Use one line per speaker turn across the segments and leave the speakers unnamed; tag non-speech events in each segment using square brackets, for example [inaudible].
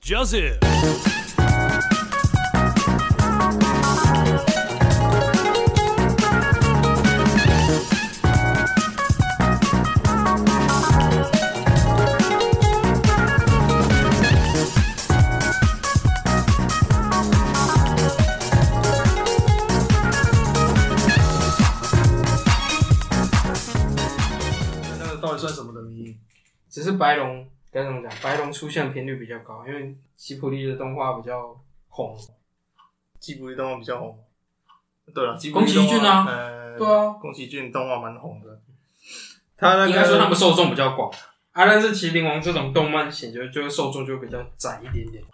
Joseph。
那那个到底算什么的迷因？
只是白龙该怎么讲？白龙出现频率比较高，因为吉卜力的动画比较红。
吉卜力动画比较红。对了，吉卜
宫
力
崎
动
骏
画
啊
呃，
对啊
宫崎骏动画蛮红的。他那个
应该说他们受众比较广，
啊，但是《麒麟王》这种动漫型就就受众就比较窄一点点，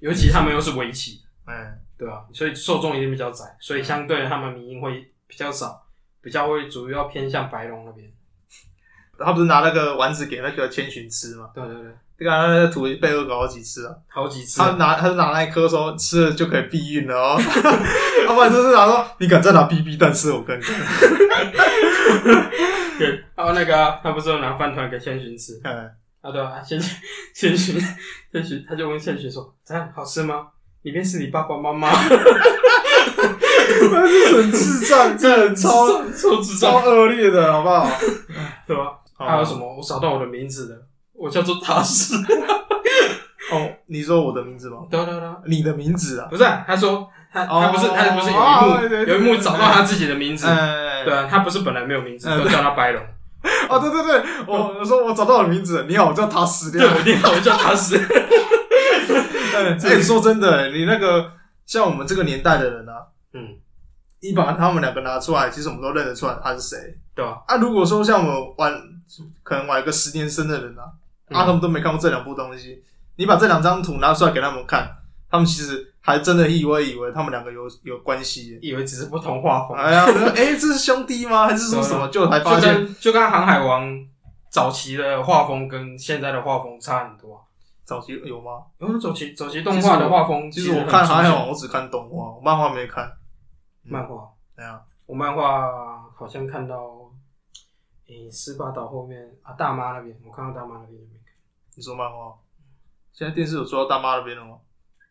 尤其他们又是围棋，
嗯，
对啊，所以受众一定比较窄，所以相对他们迷因会比较少，比较会主要偏向白龙那边。
他不是拿那个丸子给那个千寻吃吗？
对对对，
这个他那个土被恶搞好几次啊。
好几次
他
[laughs]
拿他拿那一颗说吃了就可以避孕了哦， [laughs] 要不然就是拿说你敢再拿 BB 弹吃我跟你讲。
还有那个啊他不是有拿饭团给千寻吃
嗯，
啊？对啊，千寻千寻千寻，他就问千寻说：“怎样好吃吗？里面是你爸爸妈妈。”
他是很智障，这很超
超智
[laughs] 超啊
障，
恶劣的好不好？
对吧？还有什？么？我找到我的名字了，我叫做塔 [laughs] 斯。
哦，你说我的名字吗？
对啊对啊对啊，
你的名字啊？
不是啊、他说他
哦
他不是他不是
哦对
有
对
一幕有
对
一幕找到他自己的名字，
哎，
对啊，他不是本来没有名字，
嗯
都叫他白龙。
[laughs] 哦，对对对，我我说我找到我的名字了，你好，我叫塔死掉
对，。我一定要我叫塔斯。
[laughs] 哎，哎说真的，你那个像我们这个年代的人啊，
嗯，
你把他们两个拿出来，其实我们都认得出来他是谁。
对吧？
啊，如果说像我玩，可能玩一个十年生的人啊，
嗯
啊，他们都没看过这两部东西，你把这两张图拿出来给他们看，他们其实还真的以为以为他们两个有有关系耶。
以为只是不同画风，啊
哎呀，哎、诶这是兄弟吗？还是说什么？就还啊发
就
现
跟就跟《航海王》早期的画风跟现在的画风差很多啊。
早期有吗？
因为早期早期动画的画风
其
实
实我
很
看还
出
好，
现
我只看动画，我漫画没看。
漫画，
哎呀，
我漫画好像看到，诶、斯巴岛后面啊，大妈那边，我看到大妈那边就没看。
你说漫画，现在电视有做到大妈那边了吗？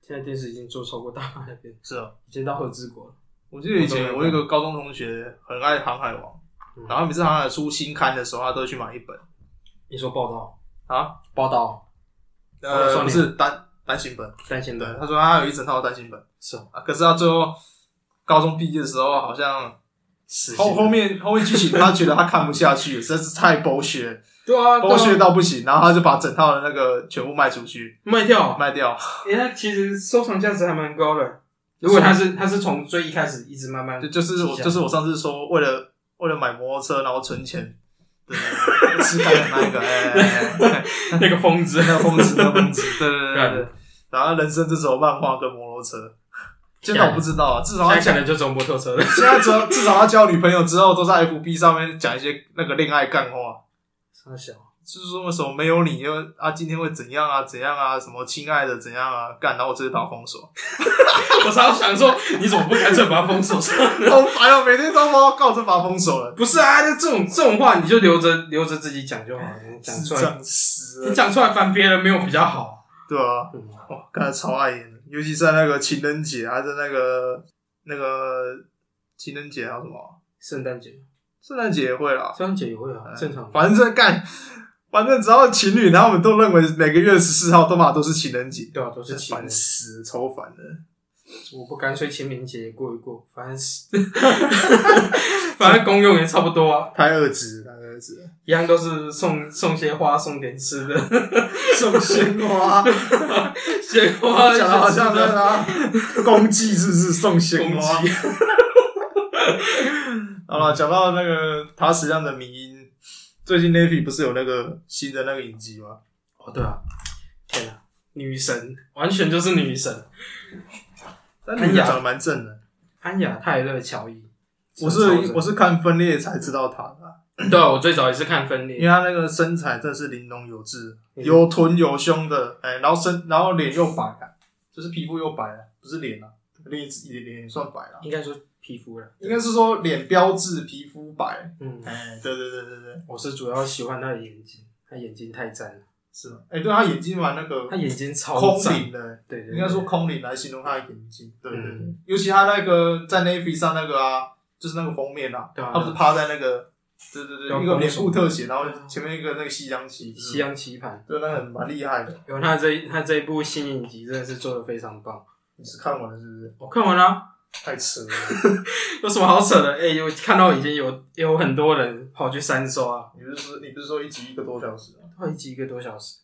现在电视已经做超过大妈那边，
是啊，
已经到和之国了。
我记得以
我都没
前
有
我有一个高中同学很爱《航海王》，
嗯
然后每次《航海》出新刊的时候，他都会去买一本
你说报道，
啊。
报道哦
呃，
双联
不是单单行本，
三千
对，
的
他说他有一整套单行本
是哦
啊，可是他最后高中毕业的时候，好像
死
后后面后面剧情他觉得他看不下去， [laughs] 实在是太剥削，
对啊，
剥削
对啊，
到不行，然后他就把整套的那个全部卖出去，
卖掉，
卖掉。
诶、那其实收藏价值还蛮高的。如果他是他是从最一开始一直慢慢
就就是我
记下来
就是我上次说为了为了买摩托车然后存钱，对，吃干的那个，哎哎哎哎
那个疯 [laughs] 子，
那疯子那疯子，对对对
干
对。然后人生这首漫画跟摩托车，真的我不知道啊，至少他
现在
讲
可能就走摩托车了。
现在只要至少他交女朋友之后，都在 FB 上面讲一些那个恋爱干话，
傻小，
就是说什么没有你又啊今天会怎样啊怎样啊什么亲爱的怎样啊干，然后我直接把他封锁，
[laughs]
[laughs]
我常想说，你怎么不干脆把它封锁上呢？
好烦哦，每天都把我告我就把他封锁了，
不是啊，那这种这种话你就留着留着自己讲就好了，你讲出
智
来，
障死
你
了，
讲出来烦别人没有比较好。
啊对啊，
嗯
哇，刚才超碍眼的，尤其在那个情人节啊还是那个那个情人节还有什么啊
圣诞节，
圣诞节也会啦，
圣诞节也会啊，
哎
正常。
反正干。反正只要情侣，然后我们都认为每个月十四号都嘛都是情人节，
对啊，都是情
烦
人，
死了，超烦的。
我不干脆清明节也过一过，反正是反正功用也差不多啊，
太二指，太二指，
一样都是送送些花，送点吃的，
[laughs]
[laughs]
送鲜花，
鲜花
讲的好像
些 [laughs]
在
吃的
那公祭是不是送鲜
攻
花？
击。
好了，讲到那个塔矢亮的迷音，最近 Navy 不是有那个新的那个影集吗？
哦，对啊，天啊，女神完全就是女神，
但
哎呀
女的长得蛮正的，
安雅泰勒乔伊。
我是我是看分裂才知道她的，
对啊，我最早也是看分裂
因为，她那个身材真是玲珑有致，
嗯
有臀有胸的，哎、然后身然后脸又白、啊，就是皮肤又白、啊，不是脸啊，脸也脸也算白了、
应该说皮肤了。
应该是说脸标志皮肤白，
嗯，
哎、对对对对对。
我是主要喜欢她的眼睛，她眼睛太赞了。
是吗？哎、对他眼睛蛮那个
他眼睛超
空
窄，
灵的、
对对对，
应该说空灵来形容他的眼睛。对对对，
嗯，
尤其他那个在 Navy 上那个啊，就是那个封面啊，
对啊
他不是趴在那个， [laughs] 对对
对啊
对，一个脸部特写，然后
对啊
前面一个那个西洋旗，
西，洋棋盘，
对，那个很蛮厉害的。
有他这一他这一部新影集真的是做的非常棒，
你是看完了是不是？
我看完了啊、
太迟了， [laughs]
有什么好扯的？哎、有看到已经有有很多人跑去三刷，
你不是说你不是说一集一个多小时啊？
到一集一个多小时，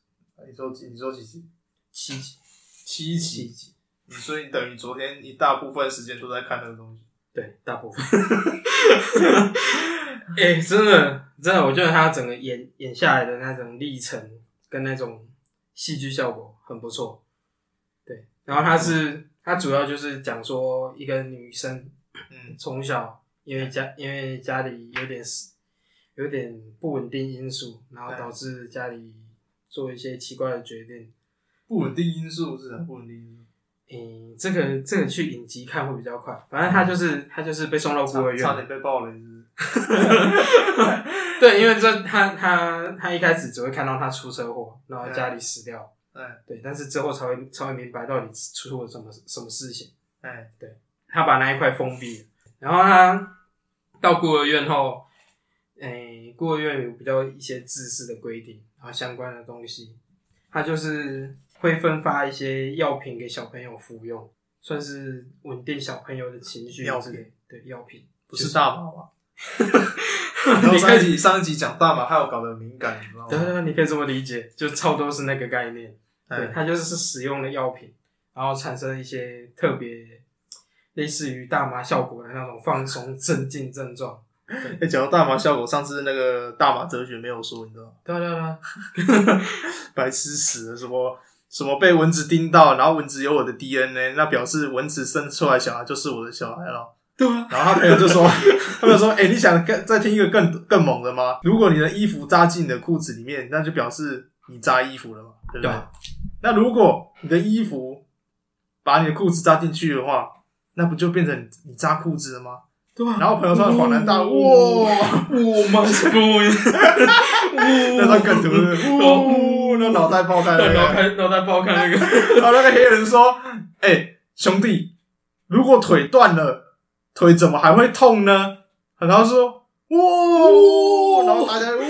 你说几你说几集？
七集
七
七
集。
集，
你所以等于昨天一大部分时间都在看那个东西。
对，大部分。 [laughs] 哎、真的真的，我觉得他整个演演下来的那种历程跟那种戏剧效果很不错。对，然后他是他主要就是讲说一个女生
嗯
从小因为家因为家里有点事有点不稳定因素，然后
对
导致家里做一些奇怪的决定。
不稳定因素是啊，不稳定因素。
嗯，这个这个去影集看会比较快。反正他就是他就是被送到孤儿
差差
院，
点被爆雷是不是？
[laughs] 对，因为这他他他一开始只会看到他出车祸，然后家里死掉，
哎
对，但是之后才会才会明白到底出了什么什么事情。
哎，
他把那一块封闭了，然后他到孤儿院后，诶、孤儿院有比较一些自私的规定，然后相关的东西，他就是会分发一些药品给小朋友服用，算是稳定小朋友的情绪
药
之
品
类对药品。
不是大麻 [laughs] 吧？然后
[laughs] 你
上
可
一
以，
集上一集讲大麻，害我搞得敏感，你知道
[laughs] 对
吗？
对，你可以这么理解，就差不多是那个概念。对，
哎，
它就是使用了药品，然后产生一些特别类似于大麻效果的那种放松镇静症状。
哎讲到大麻效果，上次那个大麻哲学没有说，你知道吗？
对啊对啊对啊，
白痴死了，什么什么被蚊子叮到，然后蚊子有我的 DNA，那表示蚊子生出来小孩就是我的小孩了。
对啊，
然后他朋友就说， [laughs] 他朋友说，哎、你想更再听一个更更猛的吗？如果你的衣服扎进你的裤子里面，那就表示你扎衣服了嘛，对不对？
对
那如果你的衣服把你的裤子扎进去的话，那不就变成你扎裤子了吗？
对啊
然后我朋友突然恍然大悟，
[laughs]
哇，
我妈是公，[laughs]
那
那
张梗
[laughs]
图是，呜，那脑袋爆开了。
脑袋脑袋爆开那 [laughs] 个，
[laughs] 然后那个黑人说：“哎、兄弟，如果腿断了，腿怎么还会痛呢？”然后说：“哇！”然后大家哇， [laughs]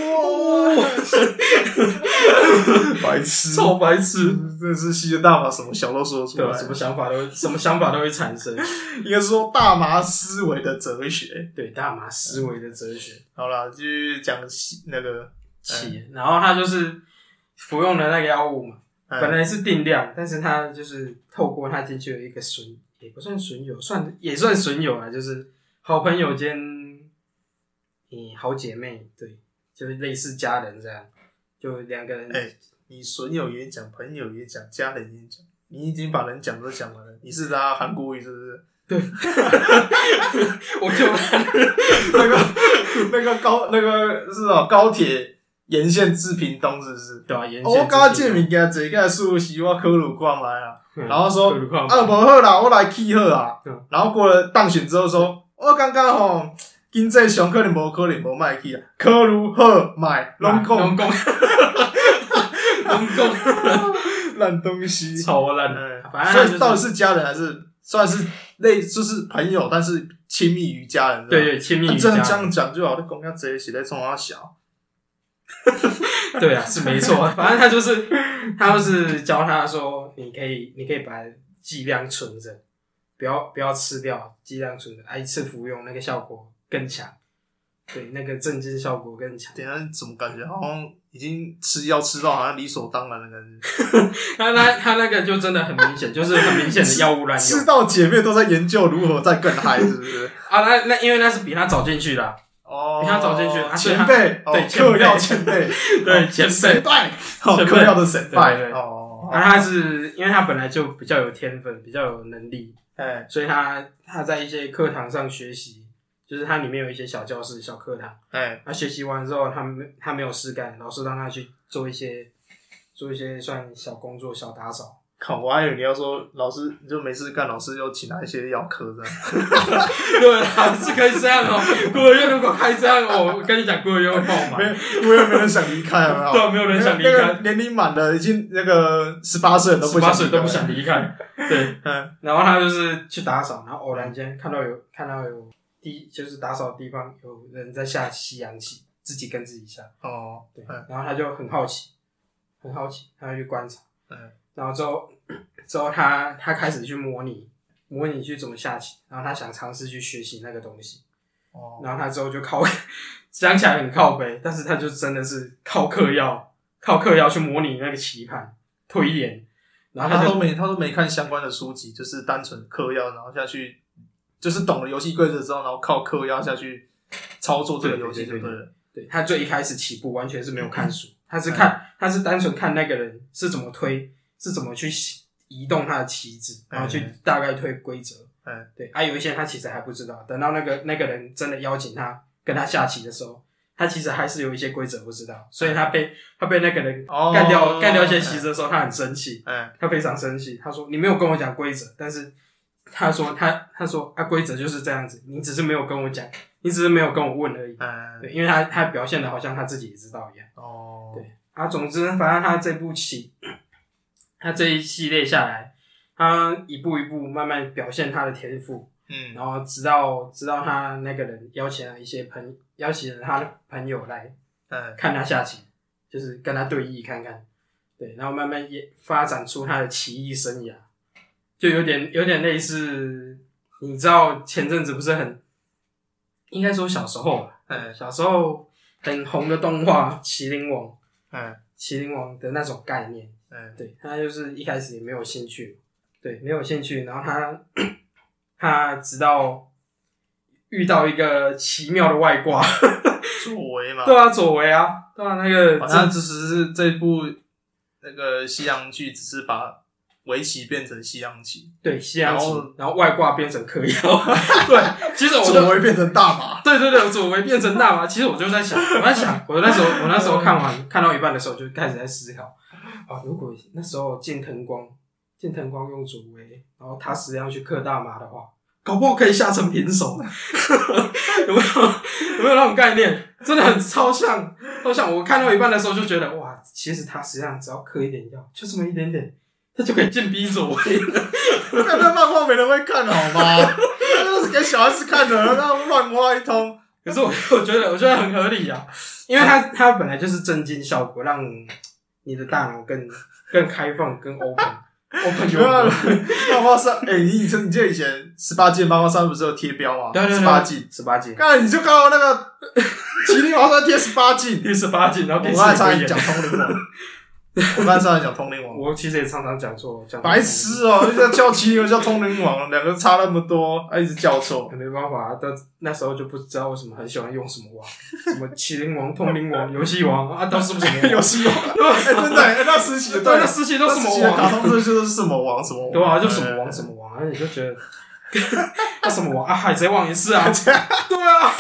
白痴，
超白痴，
真的是吸了大麻，什么小都说得出
对
来
吧？。什么想法都会，什么想法都会产生。
应该是说大麻思维的哲学。
对大麻思维的哲学
好啦，继续讲西那个，
起，然后他就是服用的那个药物嘛，
哎
本来是定量，但是他就是透过他进去的一个损，也不算损友，算也算损友啊，就是好朋友兼，嗯，好姐妹，对，就是类似家人这样，就两个人，
哎你损友也讲，朋友也讲，家人也讲，你已经把人讲都讲完了，你是他韩国语是不是？
我就
那个 [laughs] 那个高那个是哦，高铁沿线至屏东是不是？
对啊，沿
哦我刚刚见面给他坐个树西，我科鲁矿来啊，
嗯，
然后说
克鲁矿
啊无好啦，我来去好啊
嗯。
然后过了当选之后说，我感觉吼，经济上可能无可能无卖去啊，科鲁好卖，拢讲
龙 [laughs] 宫，龙宫， [laughs] 哎
烂东西。
超烂的。
嗯
反正
所
他就
以
是
到底是家人还是算是类就是朋友，但是亲密于家人。
对
吧，
对，亲密
啊
与
这
家
样这
人，
样讲就好，你讲到这些是在冲他小。
对啊，是没错。 [laughs] 反正他就是，他就是教他说，你可以，你可以把剂量存着，不要不要吃掉，剂量存着，啊，一次服用那个效果更强，对，那个镇静效果更强。
等一下怎么感觉好像已经吃药吃到好像理所当然的感觉？
他那他那个就真的很明显，就是很明显的药物滥用
吃到姐妹都在研究如何再更嗨，是不是？
啊。那那因为那是比他早进去的啊、
哦
[laughs] 你看他早进去啊
前辈，
对
哦
前辈
嗑药前辈，
[laughs] 对
哦
前辈
神拜，哦
前辈
嗑药的神
对对
拜，
对
哦，
然后啊他是因为他本来就比较有天分，比较有能力，
哎，
所以他他在一些课堂上学习，就是它里面有一些小教室、小课堂。
哎，
他学习完之后，他没他没有事干，老师让他去做一些做一些算小工作、小打扫，
靠，我还以为你要说老师，你就没事干，老师又请他一些药
[laughs]
科这样。
[laughs] 对啊，是可以这样哦、孤儿院如果开这样，我跟你讲，孤儿院会爆
没
满。
有，我也没有人想离开，有没有？ [laughs]
对啊，没有人想离
那
开
个，年龄满了，已经那个十八岁了都
十
不想
八
离开
岁都不想离
[laughs]
开。对，
嗯，
然后他就是去打扫，然后偶然间看到有看到有地，就是打扫的地方有人在下西洋棋，自己跟自己下。
哦，
对
嗯，
然后他就很好奇，很好奇，他就去观察，
嗯，
然后之后之后他他开始去模拟模拟去怎么下棋，然后他想尝试去学习那个东西，
哦，
然后他之后就靠 [laughs] 想起来很靠背，但是他就真的是靠嗑药靠嗑药去模拟那个棋盘推演，然后
啊他
啊他就
都没他都没看相关的书籍，就是单纯嗑药，然后下去，就是懂了游戏规则之后，然后靠嗑药下去操作这个游戏，
对
就
对对
对了。
对他最一开始起步完全是没有看书，他是看他是单纯看那个人是怎么推，是怎么去移动他的棋子，然后去
嗯
大概推规则。
嗯，
对，啊，有一些他其实还不知道，等到那个那个人真的邀请他跟他下棋的时候，他其实还是有一些规则不知道，所以他被他被那个人
哦
干掉、干掉一些棋子的时候，他很生气，
哎，
他非常生气，他说你没有跟我讲规则，但是他说他他说啊规则就是这样子，你只是没有跟我讲，你只是没有跟我问而已。
哎，
对，因为他他表现的好像他自己也知道一样。
哦，
对啊，总之，反正他这部棋，他这一系列下来，他一步一步慢慢表现他的天赋，
嗯，
然后直到直到他那个人邀请了一些朋邀请了他的朋友来
哎，
看他下棋，就是跟他对弈看看，对，然后慢慢也发展出他的棋艺生涯，就有点有点类似，你知道前阵子不是很，应该说小时候吧，呃
哎，
小时候很红的动画《麒麟王》，《
哎，
麒麟王》的那种概念，
哎，
对他就是一开始也没有兴趣，对，没有兴趣，然后他他直到遇到一个奇妙的外挂，
作为嘛，
对啊，左为啊，对啊，那个
好
真
像只是这部那个西洋剧，只是把围棋变成西洋棋，
对西洋棋
然后，
然后外挂变成嗑药， [laughs] 对，其实我
作
都
为变成大麻。
对对对，左为变成大麻，其实我就在想，我在想，我那时候我那时候看完看到一半的时候，就开始在思考，啊，如果那时候建藤光，建藤光用左为，然后他实际上去嗑大麻的话，搞不好可以下成平手， [laughs] 有没有有没有那种概念？真的很超像，超像。我看到一半的时候就觉得，哇，其实他实际上只要嗑一点药，就这么一点点，他就可以进逼左为了。
看那漫画没人会看好吗？ [laughs] 那都是给小孩子看的，那乱挖一通。
可是我我觉得我觉得很合理啊，因为它它本来就是镇静效果，让你的大脑更更开放、更 open open
没有啊
your
漫画上，哎、你以前你记得以前十八禁漫画上不是有贴标吗？
对对对，啊
十八禁。
十八禁，
看，你就看到那
[laughs]
个麒麟王上贴十八禁，
第十八禁，然
我
后第
刚才差
十
点
禁
讲。通灵王，我刚才差点讲通灵王，
我其实也常常讲错，讲
白，痴哦、一个叫麒麟，一个叫通灵王，两个差那么多，还一直
[laughs]
叫错。
没办法、啊，但那时候就不知道为什么很喜欢用什么王，什么麒麟王、通灵王、游戏王啊，都是不是什么
[laughs] 有
王？
希望，哎、真的、哎那时期的
对，啊那时期都
那
什
时
么啊
期的卡
王？
通真的就是什么王什么王，
对啊，就什么
哎
王什么王，而且就觉得那什么王啊，海贼王也是啊，
这样
对啊，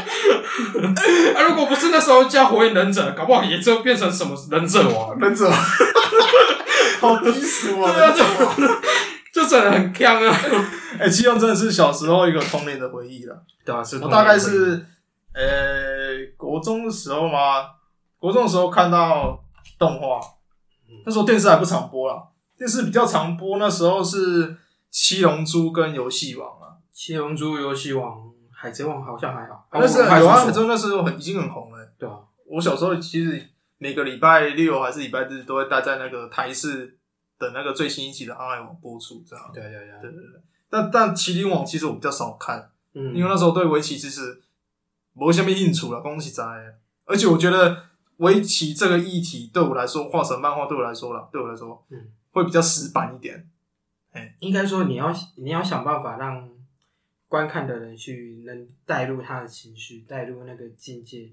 啊，如果不是那时候加火影忍者，搞不好也就变成什么忍者王。[laughs]
忍者，好逼死我
对啊，
了！
就就真的很强啊。
哎、七龙真的是小时候一个童年的回忆了。
对啊，是
我大概是呃国中的时候嘛，国中的时候看到动画
嗯，
那时候电视还不常播啦，电视比较常播那时候是《七龙珠》跟《游戏王》啊，
七龙珠、游戏王、海贼王好像还好，
那是
哦我还
有啊，
说
真的那时候很已经很红了欸、
对啊，
我小时候其实每个礼拜六还是礼拜日都会待在那个台视等那个最新一期的《阿爱网》播出这样。
对啊对啊对
对
啊，
对对，但但《麒麟王》其实我比较少看，
嗯，
因为那时候对围棋其实没什么兴趣了，恭喜仔。而且我觉得围棋这个议题对我来说，画成漫画对我来说了，对我来说，
嗯，
会比较死板一点。
应该说你要你要想办法让观看的人去能带入他的情绪，带入那个境界，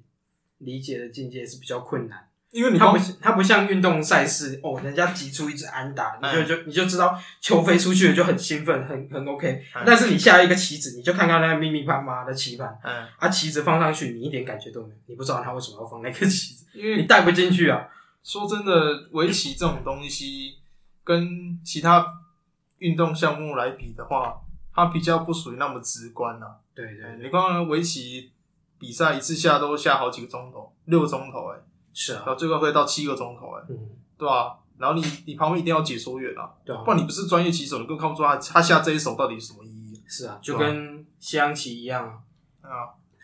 理解的境界是比较困难。
因为你
它
光
不像它不像运动赛事哦，人家击出一支安打，你就
嗯
就你就知道球飞出去了就很兴奋，很很 OK
嗯。
但是你下一个棋子，你就看看那个密密麻麻的棋盘，
嗯，
啊，棋子放上去，你一点感觉都没有，你不知道他为什么要放那个棋子，
因
你
为
带不进去啊。
说真的，围棋这种东西，跟其他运动项目来比的话，它比较不属于那么直观啦、
对对
对
对，
你光围棋比赛一次下都下好几个钟头，六个钟头哎、
是
然
啊，
后最高可以到七个钟头哎、
嗯，
对吧、然后你你旁边一定要解说员啊，
对啊
不，然你不是专业棋手，你更看不出他他下这一手到底有什么意义
是啊，就跟西洋棋一样啊，
啊。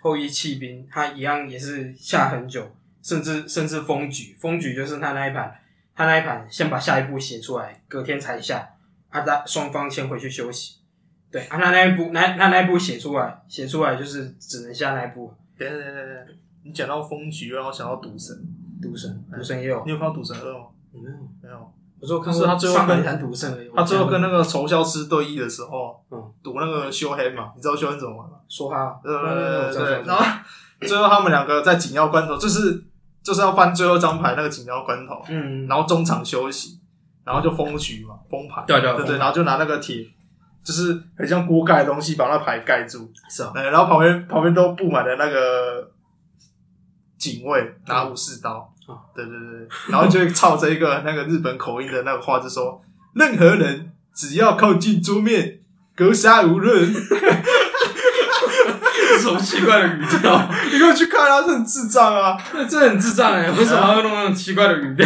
后羿弃兵，他一样也是下很久，甚至甚至封局，封局就是他那一盘，他那一盘先把下一步写出来，隔天才下，啊，大双方先回去休息。对，啊，那那一步，那那那一步写出来，写出来就是只能下那一步。
等一下等一下等一下，你讲到风局，让我想到赌神，
赌神，赌神也有，
嗯你有看到赌神二吗？
有没有？
没有。
我只有看
就
过
是他最后
上
跟
半场赌圣而已，
他最后跟那个仇笑师对弈的时候，
嗯
赌那个修黑嘛，你知道修黑怎么玩吗？
说他，
对
我
对
知道
对
我知道
呃对，然后最后他们两个在紧要关头，就是就是要翻最后一张牌那个紧要关头，
嗯，
然后中场休息，然后就封局嘛，封牌，
对对
对对，然后就拿那个铁，就是很像锅盖的东西把那牌盖住，
是啊， [laughs]
哎，然后旁边旁边都布满了那个警卫拿武士刀
嗯，
对对对，对然后就会操着一个那个日本口音的那个话，就说任何人只要靠近桌面，格杀无论。
什么奇怪的语调？
[laughs]
[laughs]
你给我去看啊，这很智障啊！
这很智障哎，为什么要弄那种奇怪的语调？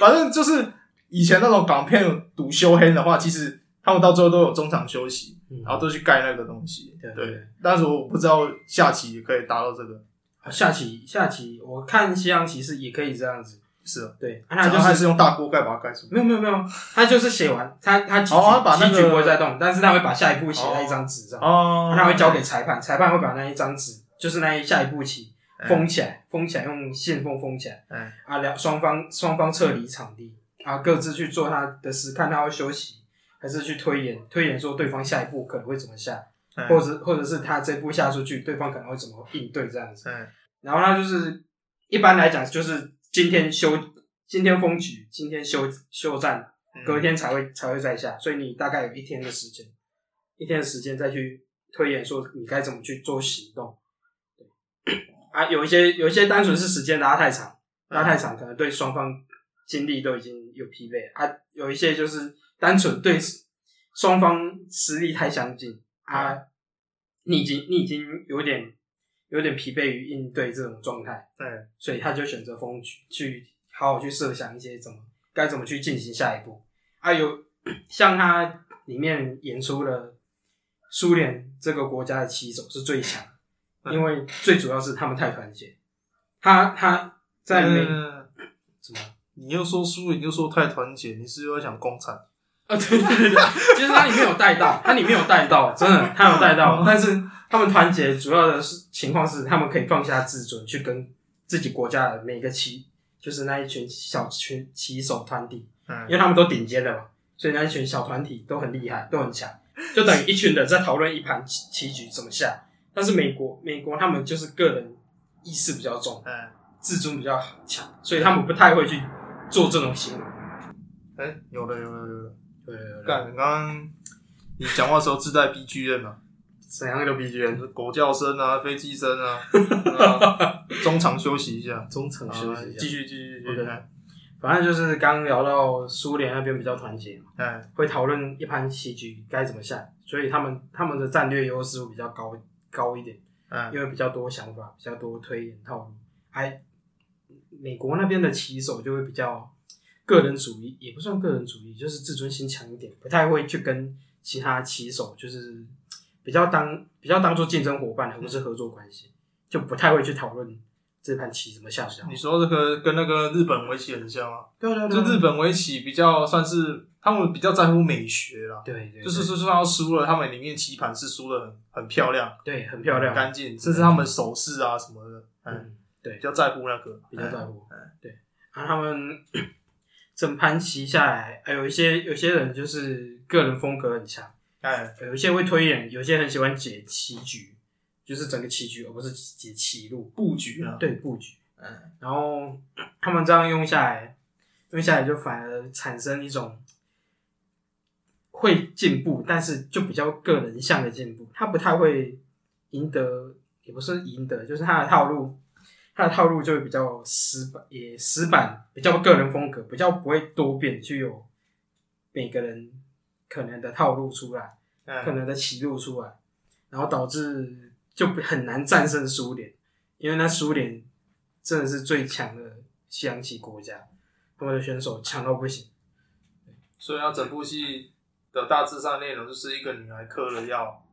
反正就是以前那种港片有赌修黑的话，其实他们到最后都有中场休息，
嗯
然后都去盖那个东西。
对
对，但是我不知道下棋也可以达到这个，
下棋，下棋，我看西洋棋是也可以这样子，
是啊，
对，啊那
然后
就
还
是
是用大锅盖把它盖住。
没有没有没有，他就是写完，他他棋局
哦他把那
棋
个
局不会再动，但是他会把下一步写在一张纸上，
哦
啊他会交给裁判，裁判会把那一张纸，就是那一下一步棋
哎
封起来，封起来用信封封起来。
哎，
啊，两双方双方撤离场地，啊，各自去做他的事，看他要休息，还是去推演推演说对方下一步可能会怎么下，
哎
或者或者是他这步下出去，对方可能会怎么应对这样子。
哎
然后他就是一般来讲就是今天休，今天封局，今天休休战，
嗯
隔天才会才会再下，所以你大概有一天的时间，一天的时间再去推演说你该怎么去做行动。对，啊，有一些有一些单纯是时间拉太长，拉太长可能对双方精力都已经有疲惫啊，有一些就是单纯对双方实力太相近啊，
嗯
你已经你已经有点有点疲惫于应对这种状态，
哎
所以他就选择封局去好好去设想一些怎么该怎么去进行下一步啊。有像他里面演出的苏联这个国家的棋手是最强，
嗯
因为最主要是他们太团结，他他在美、
嗯
什么？
你又说输，你又说太团结，你是又在想共产？
[laughs] 啊，对对对对，其实它里面有带到，它里面有带到，真的，它有带到。但是他们团结主要的是情况是，他们可以放下自尊，去跟自己国家的每个棋，就是那一群小群棋手团体，
嗯
因为他们都顶尖的嘛，所以那一群小团体都很厉害，都很强，就等于一群人在讨论一盘棋棋局怎么下。但是美国，美国他们就是个人意识比较重，
哎
自尊比较强，所以他们不太会去做这种行为。
哎，有了有了有了！
对对对，
干，你刚刚你讲话的时候自带 BGM 啊。
怎样的 BGM？
狗叫声啊，飞机声
[laughs]
啊，啊中场休息一下，
中场休息
啊
一下
继续继续继续，
OK
哎
反正就是刚聊到苏联那边比较团结嘛，
哎
会讨论一盘棋局该怎么下，所以他们他们的战略优势会比较高高一点，
哎
因为比较多想法，比较多推演套路。还美国那边的棋手就会比较个人主义，也不算个人主义，就是自尊心强一点，不太会去跟其他棋手就是比较当比较当做竞争伙伴，而不是合作关系，就不太会去讨论这盘棋怎么下手。
你说这个跟那个日本围棋很像啊，
对对
就日本围棋比较算是他们比较在乎美学啦，
对对对，
就是说就算要输了，他们里面棋盘是输的很很漂亮，
对很漂亮
很，干净，甚至他们手势啊什么的，嗯，
嗯，
比较在乎那个，
比较在
乎，
乎。对，然后他们 [coughs] 整盘棋下来，呃有一些有些人就是个人风格很强，
哎，
有一些会推演，有些很喜欢解棋局，就是整个棋局，而不是解棋路
布局啊，
对布局。
嗯，
然后他们这样用下来，用下来就反而产生一种会进步，但是就比较个人向的进步，他不太会赢得，也不是赢得，就是他的套路，他的套路就会比较死板，也死板，比较个人风格，比较不会多变，具有每个人可能的套路出来，可
嗯
能的歧路出来，然后导致就很难战胜苏联，因为那苏联真的是最强的西洋棋国家，他们的选手强到不行。
所以他整部戏的大致上内容就是一个女孩嗑了药，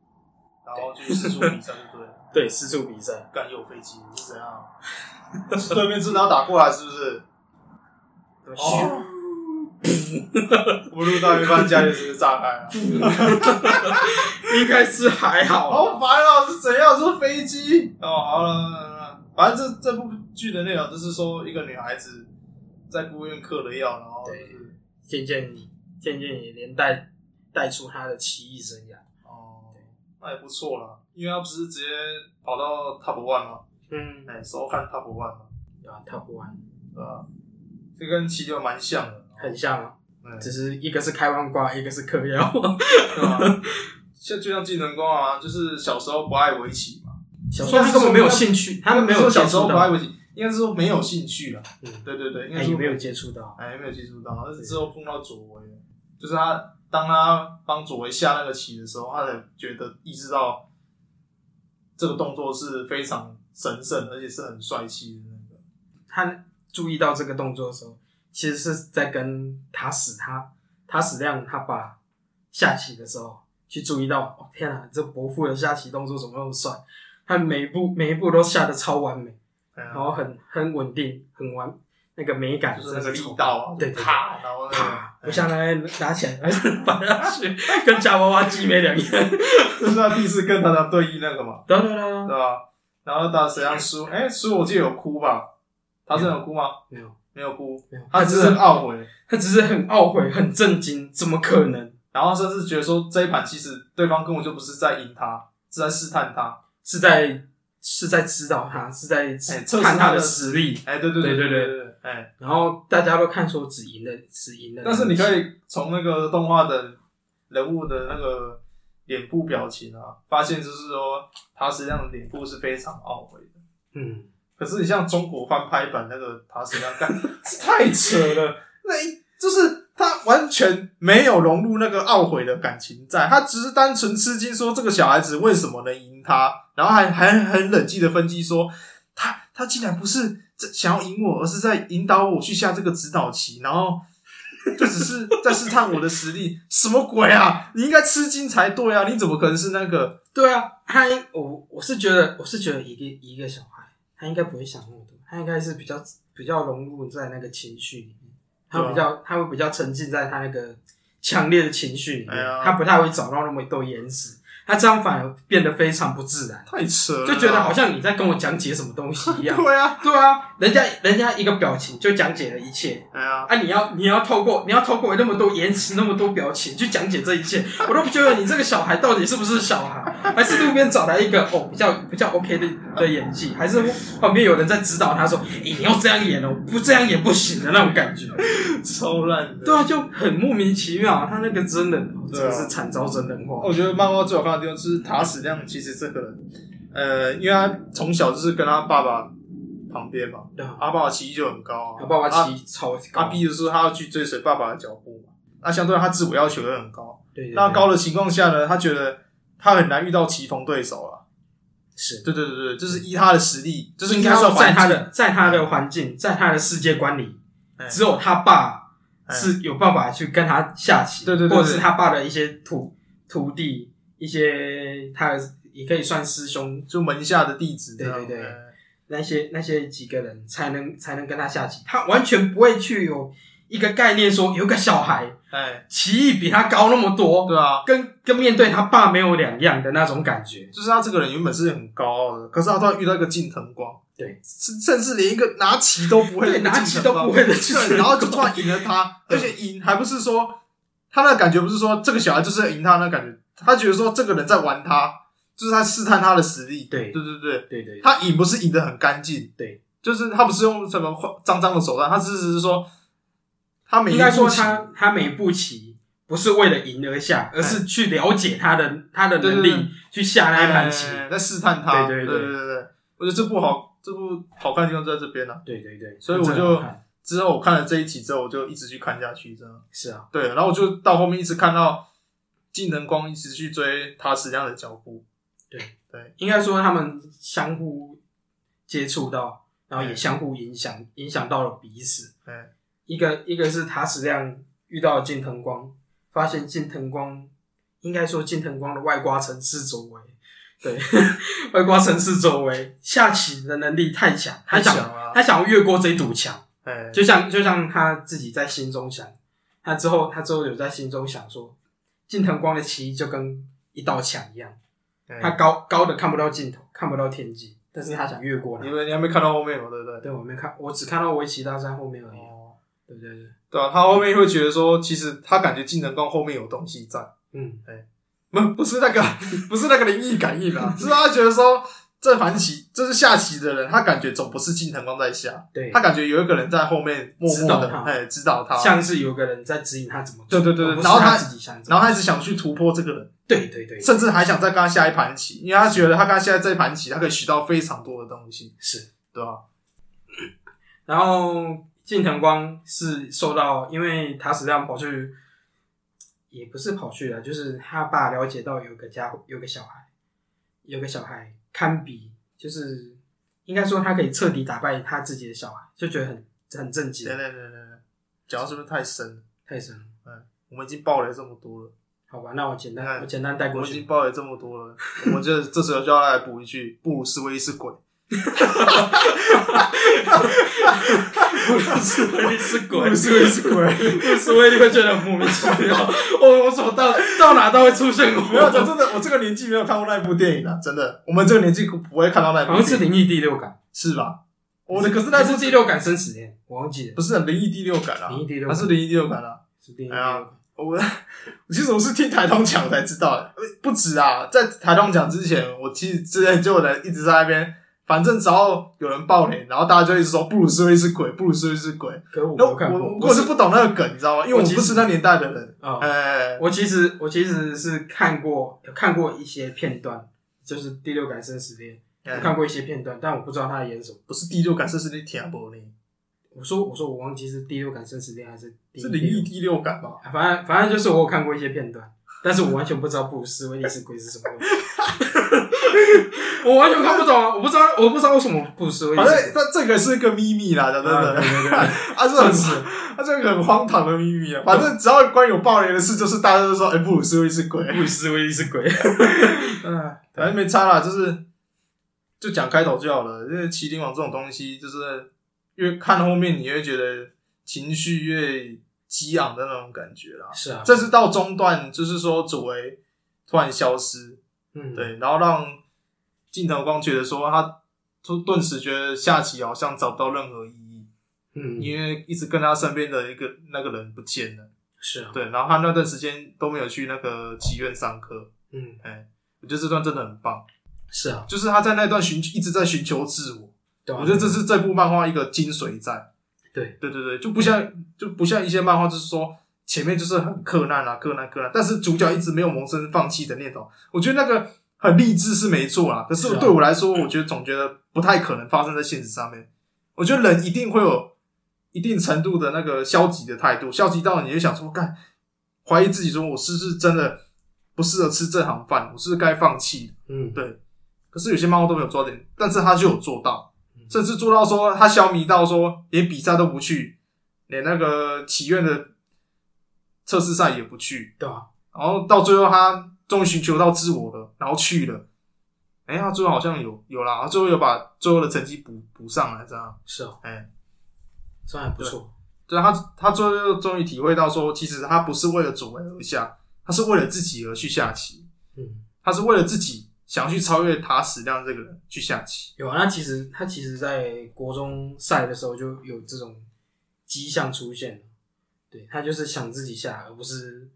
然后去四处比赛，就对了，
对，四处比赛，
干有飞机是怎样？是对面制刀打过来是不是？
哦，
[laughs] 我录到一半家里是不是炸开了？
应该是还好，啊
好烦哦，是怎样？是飞机？哦，好了好了，好了反正这这部剧的内容就是说，一个女孩子在孤儿院嗑了药，然后就是
渐渐渐渐也连带带出他的棋艺生涯。
哦，那也不错啦，因为她不是直接跑到 Top One 吗？
嗯，
哎，收看 Top One 嘛，
啊，Top One
对吧？这跟七六蛮像的，
很像啊，
嗯
只是一个是开完挂，一个是嗑
[laughs]
药。
对吧？像就像技能工啊，就是小时候不爱围棋嘛，
小时候他根本没有兴趣，他们没有
说
接
小时候
触
不爱
到，
围棋，应该是说没有兴趣啦。
嗯，
对对对，应
他
该说
也没有接触到，
哎，没有接触到，但是之后碰到左维，就是他当他帮左维下那个棋的时候，他才觉得意识到这个动作是非常神圣，而且是很帅气的那个。
他注意到这个动作的时候，其实是在跟塔史他塔史亮他爸下棋的时候去注意到，哦天啊，这伯父的下棋动作怎么那么帅？他每一步每一步都下的超完美，
哎呀
然后很很稳定，很完那个美感，
就是那
真
个
的
力
超
道啊，
对对对
啪，然后那个
[laughs] 啪！我想来拿起来， [laughs] 把它去跟夹娃娃机没两
[laughs]
样。
就是哎他第一次跟他的对弈那个嘛，
哒哒哒哒，
对吧？然后打谁让输？哎，输我记得有哭吧？他真的有哭吗？
没有
没有哭，
没有，
他只是很懊悔，
他只是很懊悔，很震惊，怎么可能？
然后甚至觉得说这一盘其实对方根本就不是在赢他，是在试探他。
是在是在指导他，是在
哎测试
看
他
他
的
的实力。
哎，对对对
对对
对对，哎。
然后大家都看出只赢了，只赢了。
但是你可
以，
以从那个动画的人物的那个脸部表情啊，发现就是说他实际上的脸部是非常懊悔的。
嗯，
可是你像中国翻拍版那个他实际上 [laughs] 干太扯了，那一就是他完全没有融入那个懊悔的感情在，他只是单纯吃惊说这个小孩子为什么能赢他，然后还还很冷静的分析说他他竟然不是这想要赢我，而是在引导我去下这个指导棋，然后 [laughs] 就只是在试探我的实力，什么鬼啊？你应该吃惊才对啊！你怎么可能是那个？
对啊，他应我我是觉得，我是觉得一个一个小孩，他应该不会想那么多，他应该是比较比较融入在那个情绪里面，他
对啊
比较、他会比较沉浸在他那个强烈的情绪里面，
哎呀
他不太会找到那么多延迟，他这样反而变得非常不自然，
太扯了，
就觉得好像你在跟我讲解什么东西一样。
对
[laughs]
啊，
对啊，人家人家一个表情就讲解了一切
哎呀，
啊！你要你要透过你要透过那么多言辞、那么多表情去讲解这一切，我都不觉得你这个小孩到底是不是小孩，还是路边找来一个哦比较比较 OK 的的演技，还是旁边有人在指导他说：“诶、你要这样演哦，不这样演不行的那种感 [laughs] 觉。
超烂”的。
对啊，就很莫名其妙。啊他那个真的真
对啊
的是惨遭真人化
我。觉得漫画最好看的地方就是塔矢亮，其实这个人，呃，因为他从小就是跟他爸爸旁边嘛，
对啊，
他爸爸棋艺就很高啊，
他爸爸
啊，
期超
他
高，
逼着说他要去追随爸爸的脚步嘛，那相对他自我要求也很高。
对对对
那高的情况下呢，他觉得他很难遇到棋逢对手了。
是
对对对对，就是依他的实力，就
就是是应
依
该
他
说在
环
他
境，
的嗯在他的环境，在他的世界观里
哎，
只有他爸
哎
是有办法去跟他下棋，
对对对对
或者是他爸的一些徒徒弟，一些他的也可以算师兄，
就门下的弟子这样。
对对对
哎
那些那些几个人才能才能跟他下棋，他完全不会去有一个概念说有个小孩
哎，
棋艺比他高那么多，
对啊，
跟跟面对他爸没有两样的那种感觉，
就是他这个人原本是很高傲的，可是他突然遇到一个近藤光，
对
甚，甚至连一个拿棋都不会的
对
近藤光，
拿棋都不会的近藤光
对，然后就突然赢了他，而且赢还不是说他那感觉不是说这个小孩就是赢他那感觉，他觉得说这个人在玩他，就是他试探他的实力，
对
对对对，
[laughs] 对对对
他赢不是赢得很干净，
对，
就是他不是用什么脏脏的手段，他只是说他每一
应该说
步棋
他他每一步棋不是为了赢而下，而是去了解他的他的能
哎对对
力去下那一盘棋。
哎在试探他，
对
对
对对
对对，我觉得这部好，这部好看的地方就在这边了、
对对对，
所以我就
真的好看
之后我看了这一集之后，我就一直去看下去，这样。
是啊，
对，然后我就到后面一直看到技能光一直去追他矢量的脚步，
应该说他们相互接触到，然后也相互影响，影响到了彼此。
哎，
一个一个是塔矢亮遇到了近藤光，发现近藤光应该说近藤光的外挂城市周围，对， [laughs] 外挂城市周围下棋的能力太强，他想
想啊，
他想要越过这一堵墙。
哎，
就像就像他自己在心中想，他之后他之后有在心中想说，近藤光的棋艺就跟一道墙一样，
哎
他高高的看不到尽头，看不到天际，但是他想越过
你
它。
们你还没看到后面嘛，对不对？
对，我没看，我只看到围棋大山后面而已。
哦，
对对对，
对啊，他后面会觉得说，其实他感觉技能光后面有东西在， [laughs]
嗯，
不不是那个不是那个灵异感应啊， [laughs] 是他觉得说。这盘棋，这是下棋的人，他感觉总不是近藤光在下，
对
他，感觉有一个人在后面默默
指导
的，
他
哎，指导他，
像是有个人在指引他怎么做。
对对对对
而不是
然后他
自己想怎么做，
然后他一直想去突破这个人，
对对对，
甚至还想再跟他下一盘棋，因为他觉得他跟他下这一盘棋，他可以学到非常多的东西，
是
对吧、
然后近藤光是受到，因为塔矢亮跑去，也不是跑去了，就是他爸了解到有个家伙，有个小孩，有个小孩堪比，就是应该说他可以彻底打败他自己的小孩，就觉得很很震惊
等，等等等等，讲到是不是太深了？
太神了。
我们已经爆雷这么多了，
好吧，那我简
那
单我简单带
我
过
们已经
去。
爆雷这么多 [laughs] 了，我们这这时候就要来补一句：布鲁斯威利是鬼，
不是威力是
布鲁斯威利是鬼。
不是威力会觉得很莫名其妙。我我怎么到到哪都会出现
没有，讲真的，我这个年纪没有看过那部电影啊，真的，我们这个年纪不会看到那部
好像是
电影，
灵异第六感，
是吧？我的可是那
那
部
是第六感生死恋，我忘记了。
不是灵异第六感啊，
灵异第六
它
感
是灵异第六感啊。
是第一
哎呀我其实我是听台通讲才知道的，不止啊，在台通讲之前，我其实之前就有人一直在那边，反正只要有人爆雷，然后大家就一直说布鲁斯威利是鬼，布鲁斯威利是鬼。
可是我没
那
有
我
看过，
我我是不懂那个梗，你知道吗？因为我不是那年代的人。
啊、
哎，
我其实我其实是看过有看过一些片段，就是《第六感生死恋》，我看
哎
过一些片段，但我不知道他在演什么。
不是第六感，这是你听不呢？
我说我说我忘记是《第六感生死恋》还是第
是灵异第六感吧？
啊反正反正就是我有看过一些片段，但是我完全不知道布鲁斯威利是鬼是什么
[laughs]
东西。我完全看不懂啊！我不知道，我不知道为什么布鲁斯威利
反
是鬼。
正它这个是个秘密啦，讲真
啊对
的，
对对，
它是
算
很
是
它这个很荒唐的秘密啊。反正只要关于有爆雷的事，就是大家都说，哎，布鲁斯威利是鬼。
布鲁斯威利是鬼。
嗯， [laughs] 反正没差啦，就是就讲开头就好了。因为麒麟网这种东西，就是越看后面，你会觉得情绪越激昂的那种感觉啦。
是啊，
这是到中段，就是说佐为突然消失，
嗯，
对，然后让镜头光觉得说他就顿时觉得下棋好像找不到任何意义，
嗯，
因为一直跟他身边的一个那个人不见了。
是啊，，
对，然后他那段时间都没有去那个棋院上课，哎
嗯，
我觉得这段真的很棒。
是啊，
就是他在那段寻一直在寻求自我，
对啊
我觉得这是这部漫画一个精髓在。
对
对对对，就不像就不像一些漫画，就是说前面就是很克难啊，克难克难，但是主角一直没有萌生放弃的念头。我觉得那个很励志是没错啦，可
是
是
啊
对我来说，我觉得总觉得不太可能发生在现实上面。我觉得人一定会有一定程度的那个消极的态度，消极到你会想说，干怀疑自己，说我是不是真的不适合吃这行饭，我是不是该放弃了
嗯，
对可是有些漫画都没有抓点，但是他就有做到，
嗯
甚至做到说他消弭到说连比赛都不去，连那个祈愿的测试赛也不去，
对啊，
然后到最后他终于寻求到自我了，然后去了。哎、他最后好像有有啦，他最后有把最后的成绩补补上来，这样，
是啊，
哎、
这还不错。
对啊他，他最后终于体会到说，其实他不是为了主为而下，他是为了自己而去下棋，
嗯，
他是为了自己想去超越塔矢亮这个人去下棋。
有啊，那其实他其实在国中赛的时候就有这种迹象出现了，对他就是想自己下，而不是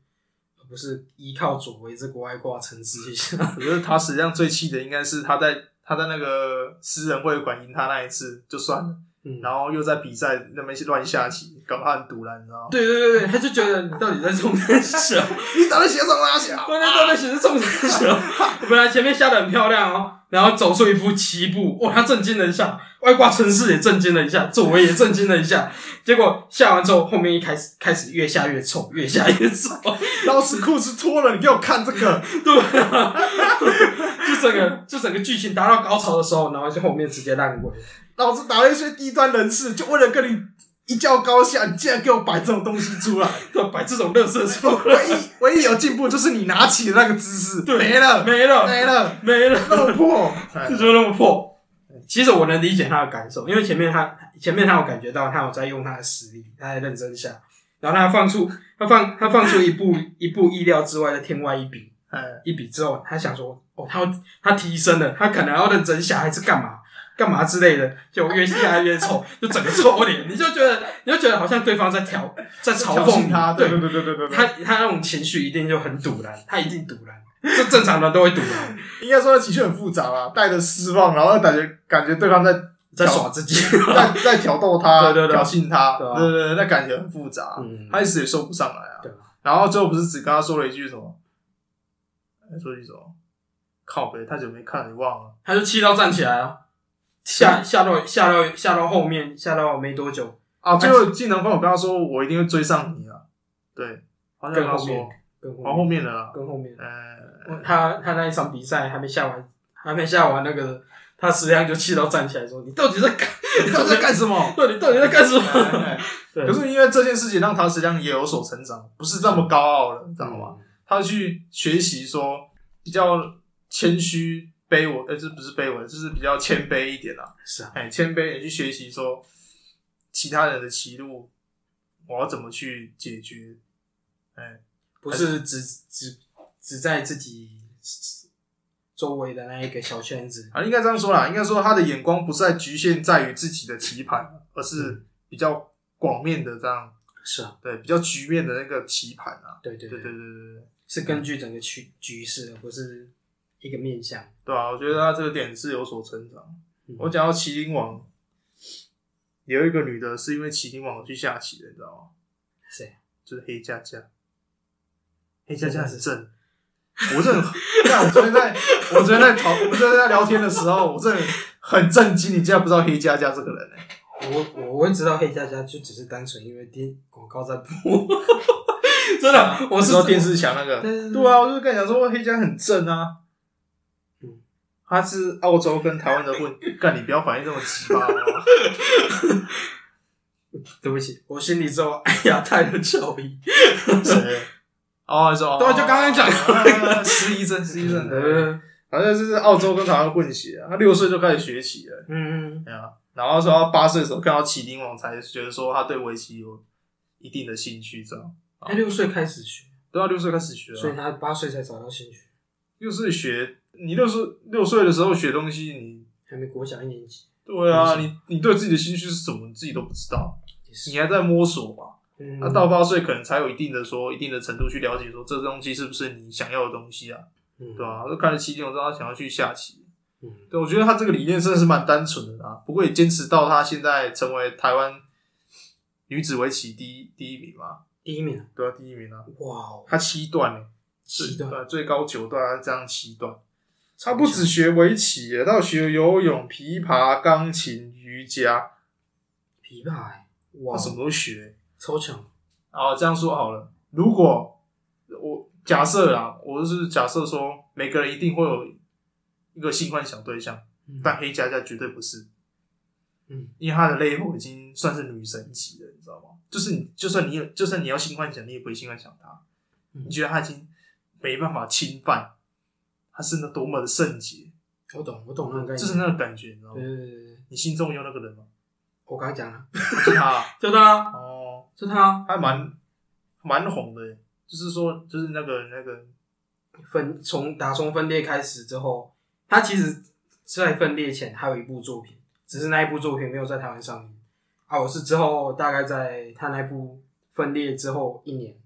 而不是依靠左为这国外挂城市去下。
我觉得他实际上最气的应该是他在他在那个私人会馆赢他那一次就算了，
嗯，
然后又在比赛那边乱下棋，搞得他很堵然，你知道吗？
对对对对，他就觉得你到底在冲啥小？
你打算写什么啊？小？
关键到底是冲啥小？本来前面下的很漂亮哦，然后走出一步棋步，哇，他震惊了一下，外挂城市也震惊了一下，左为也震惊了一下，结果下完之后，后面一开始开始越下越臭，越下越臭， [laughs]
老子裤子脱了，你给我看这个，
对啊，就整个就整个剧情达到高潮的时候，然后就后面直接烂尾。
老子打了一些低端人士，就为了跟你一较高下，你竟然给我摆这种东西出来。 [laughs]
就摆这种乐色出来，
唯一唯一有进步就是你拿起的那个姿势，
对
没了，
没了，
没 [laughs] 了，
没了，
落魄。
[laughs] 就就那么破。其实我能理解他的感受，因为前面他前面他有感觉到他有在用他的实力，他在认真下，然后他放出他放他放出一步一步意料之外的天外一笔，
哎，
一笔之后，他想说哦，他要他提升了，他可能要认真下还是干嘛干嘛之类的，就越下越臭，就整个臭脸，你就觉得你就觉得好像对方在调在嘲讽
讽
你
他，
对
对对对对对对，
他他那种情绪一定就很堵然，他一定堵然，这正常人都会堵然，
[laughs] 应该说情绪很复杂啦，带着失望，然后感觉感觉对方在 [coughs]
在耍自己。 [laughs]
在在挑逗他，
对对对
挑衅他，
对啊
对对对，那感觉很复杂，
嗯
他一时也说不上来啊
对啊。
然后最后不是只跟他说了一句什么？哎说一句什么？靠北，太久没看，你忘了？
他就气到站起来啊，下下到下到下到后面，下到没多久，
啊，最后技能分我跟他说，我一定会追上你啊。对，好像跟
更
他
后
说
面，，更
往
后
后
面，
面了啦。
更后面，
呃，
他他那一场比赛还没下完，还没下完那个，他实际上就气到站起来说：“你到底在干？？
你到底在干什么 [laughs]
对，你到底在干什么
哎哎
对
可是因为这件事情让他实际上也有所成长，不是这么高傲了，你？”知
知
道
道
吗？
吗？
他去学习说比较谦虚、卑微，呃，这不是卑微，就是比较谦卑一点啦、
是啊，
哎，谦卑也去学习说其他人的歧路，我要怎么去解决？哎，
不是只只只在自己周围的那一个小圈子，
啊，应该这样说啦，应该说他的眼光不是在局限在于自己的棋盘，啊而是比较广面的这样，
是啊，
对，比较局面的那个棋盘啊，
对对
对对
对，
对对对。
是根据整个局局势，而不是一个面向。
对啊，我觉得他这个点是有所成长。
嗯
我讲到麒麟王，有一个女的是因为麒麟王去下棋的，你知道吗？
谁？
就是黑佳佳，黑佳佳很正。我真的很，但我昨天在，我昨天在讨，我们昨天在聊天的时候，我真的很震惊，你竟然不知道黑佳佳这个人、欸、
我我会知道黑佳佳，就只是单纯因为电广告在
[laughs]
播，真的，啊我
我
是
说电视墙那个，
对
对啊，我就跟你讲说黑佳很正啊，
嗯
他是澳洲跟台湾的混，干你不要反应这么奇葩好
[laughs]
不好？
对不起，我心里只有哎呀泰的教义，
谁？哦，你说哦
对就刚刚讲
啊失忆症，失忆症，对，
嗯
反正就是澳洲跟台湾混血啊，他六岁就开始学棋了，
嗯，
对啊，然后说他八岁的时候看到麒麟王，才觉得说他对围棋有一定的兴趣，这样，
他六岁开始学，
对啊，六岁开始学
所以
啊，
他八岁才找到兴趣，
六岁学，你六岁六岁的时候学东西，你
还没国小一年级，
对啊，
没
你你对自己的兴趣是什么，你自己都不知道，
也是
你还在摸索嘛，
嗯，
啊那到八岁可能才有一定的说一定的程度去了解说这东西是不是你想要的东西啊，
嗯
对，啊，就看了麒麟王之后，他想要去下棋。
嗯，
对，我觉得他这个理念真的是蛮单纯的啦，不过也坚持到他现在成为台湾女子围棋第一第一名嘛，
第一名，
对啊，第一名啊，
哇哦，
他七段呢，
七段
对啊最高九段，他这样七段。他不只学围棋欸耶，他有学游泳、琵琶、钢琴、瑜伽，
琵琶欸，哇哦，
他什么都学。
超强，
啊，这样说好了，如果我假设啦，我就是假设说，每个人一定会有一个性幻想对象，
嗯
但黑佳佳绝对不是。
嗯，
因为她的类后已经算是女神级了，你知道吗？就是你，就算你有，就算你要性幻想，你也不会性幻想她。
嗯
你觉得她已经没办法侵犯，她是那多么的圣洁，
我懂，我懂那个概念，
就是那个感觉，你知道吗
对，？对对对对
你心中有那个人吗？
我刚刚讲了，
是他啊
就他，
[laughs] 哦，
就他，
还蛮蛮红的，就是说，就是那个那个，
分从打从分裂开始之后，他其实在分裂前还有一部作品，只是那一部作品没有在台湾上映。啊，我是之后大概在他那部分裂之后一年，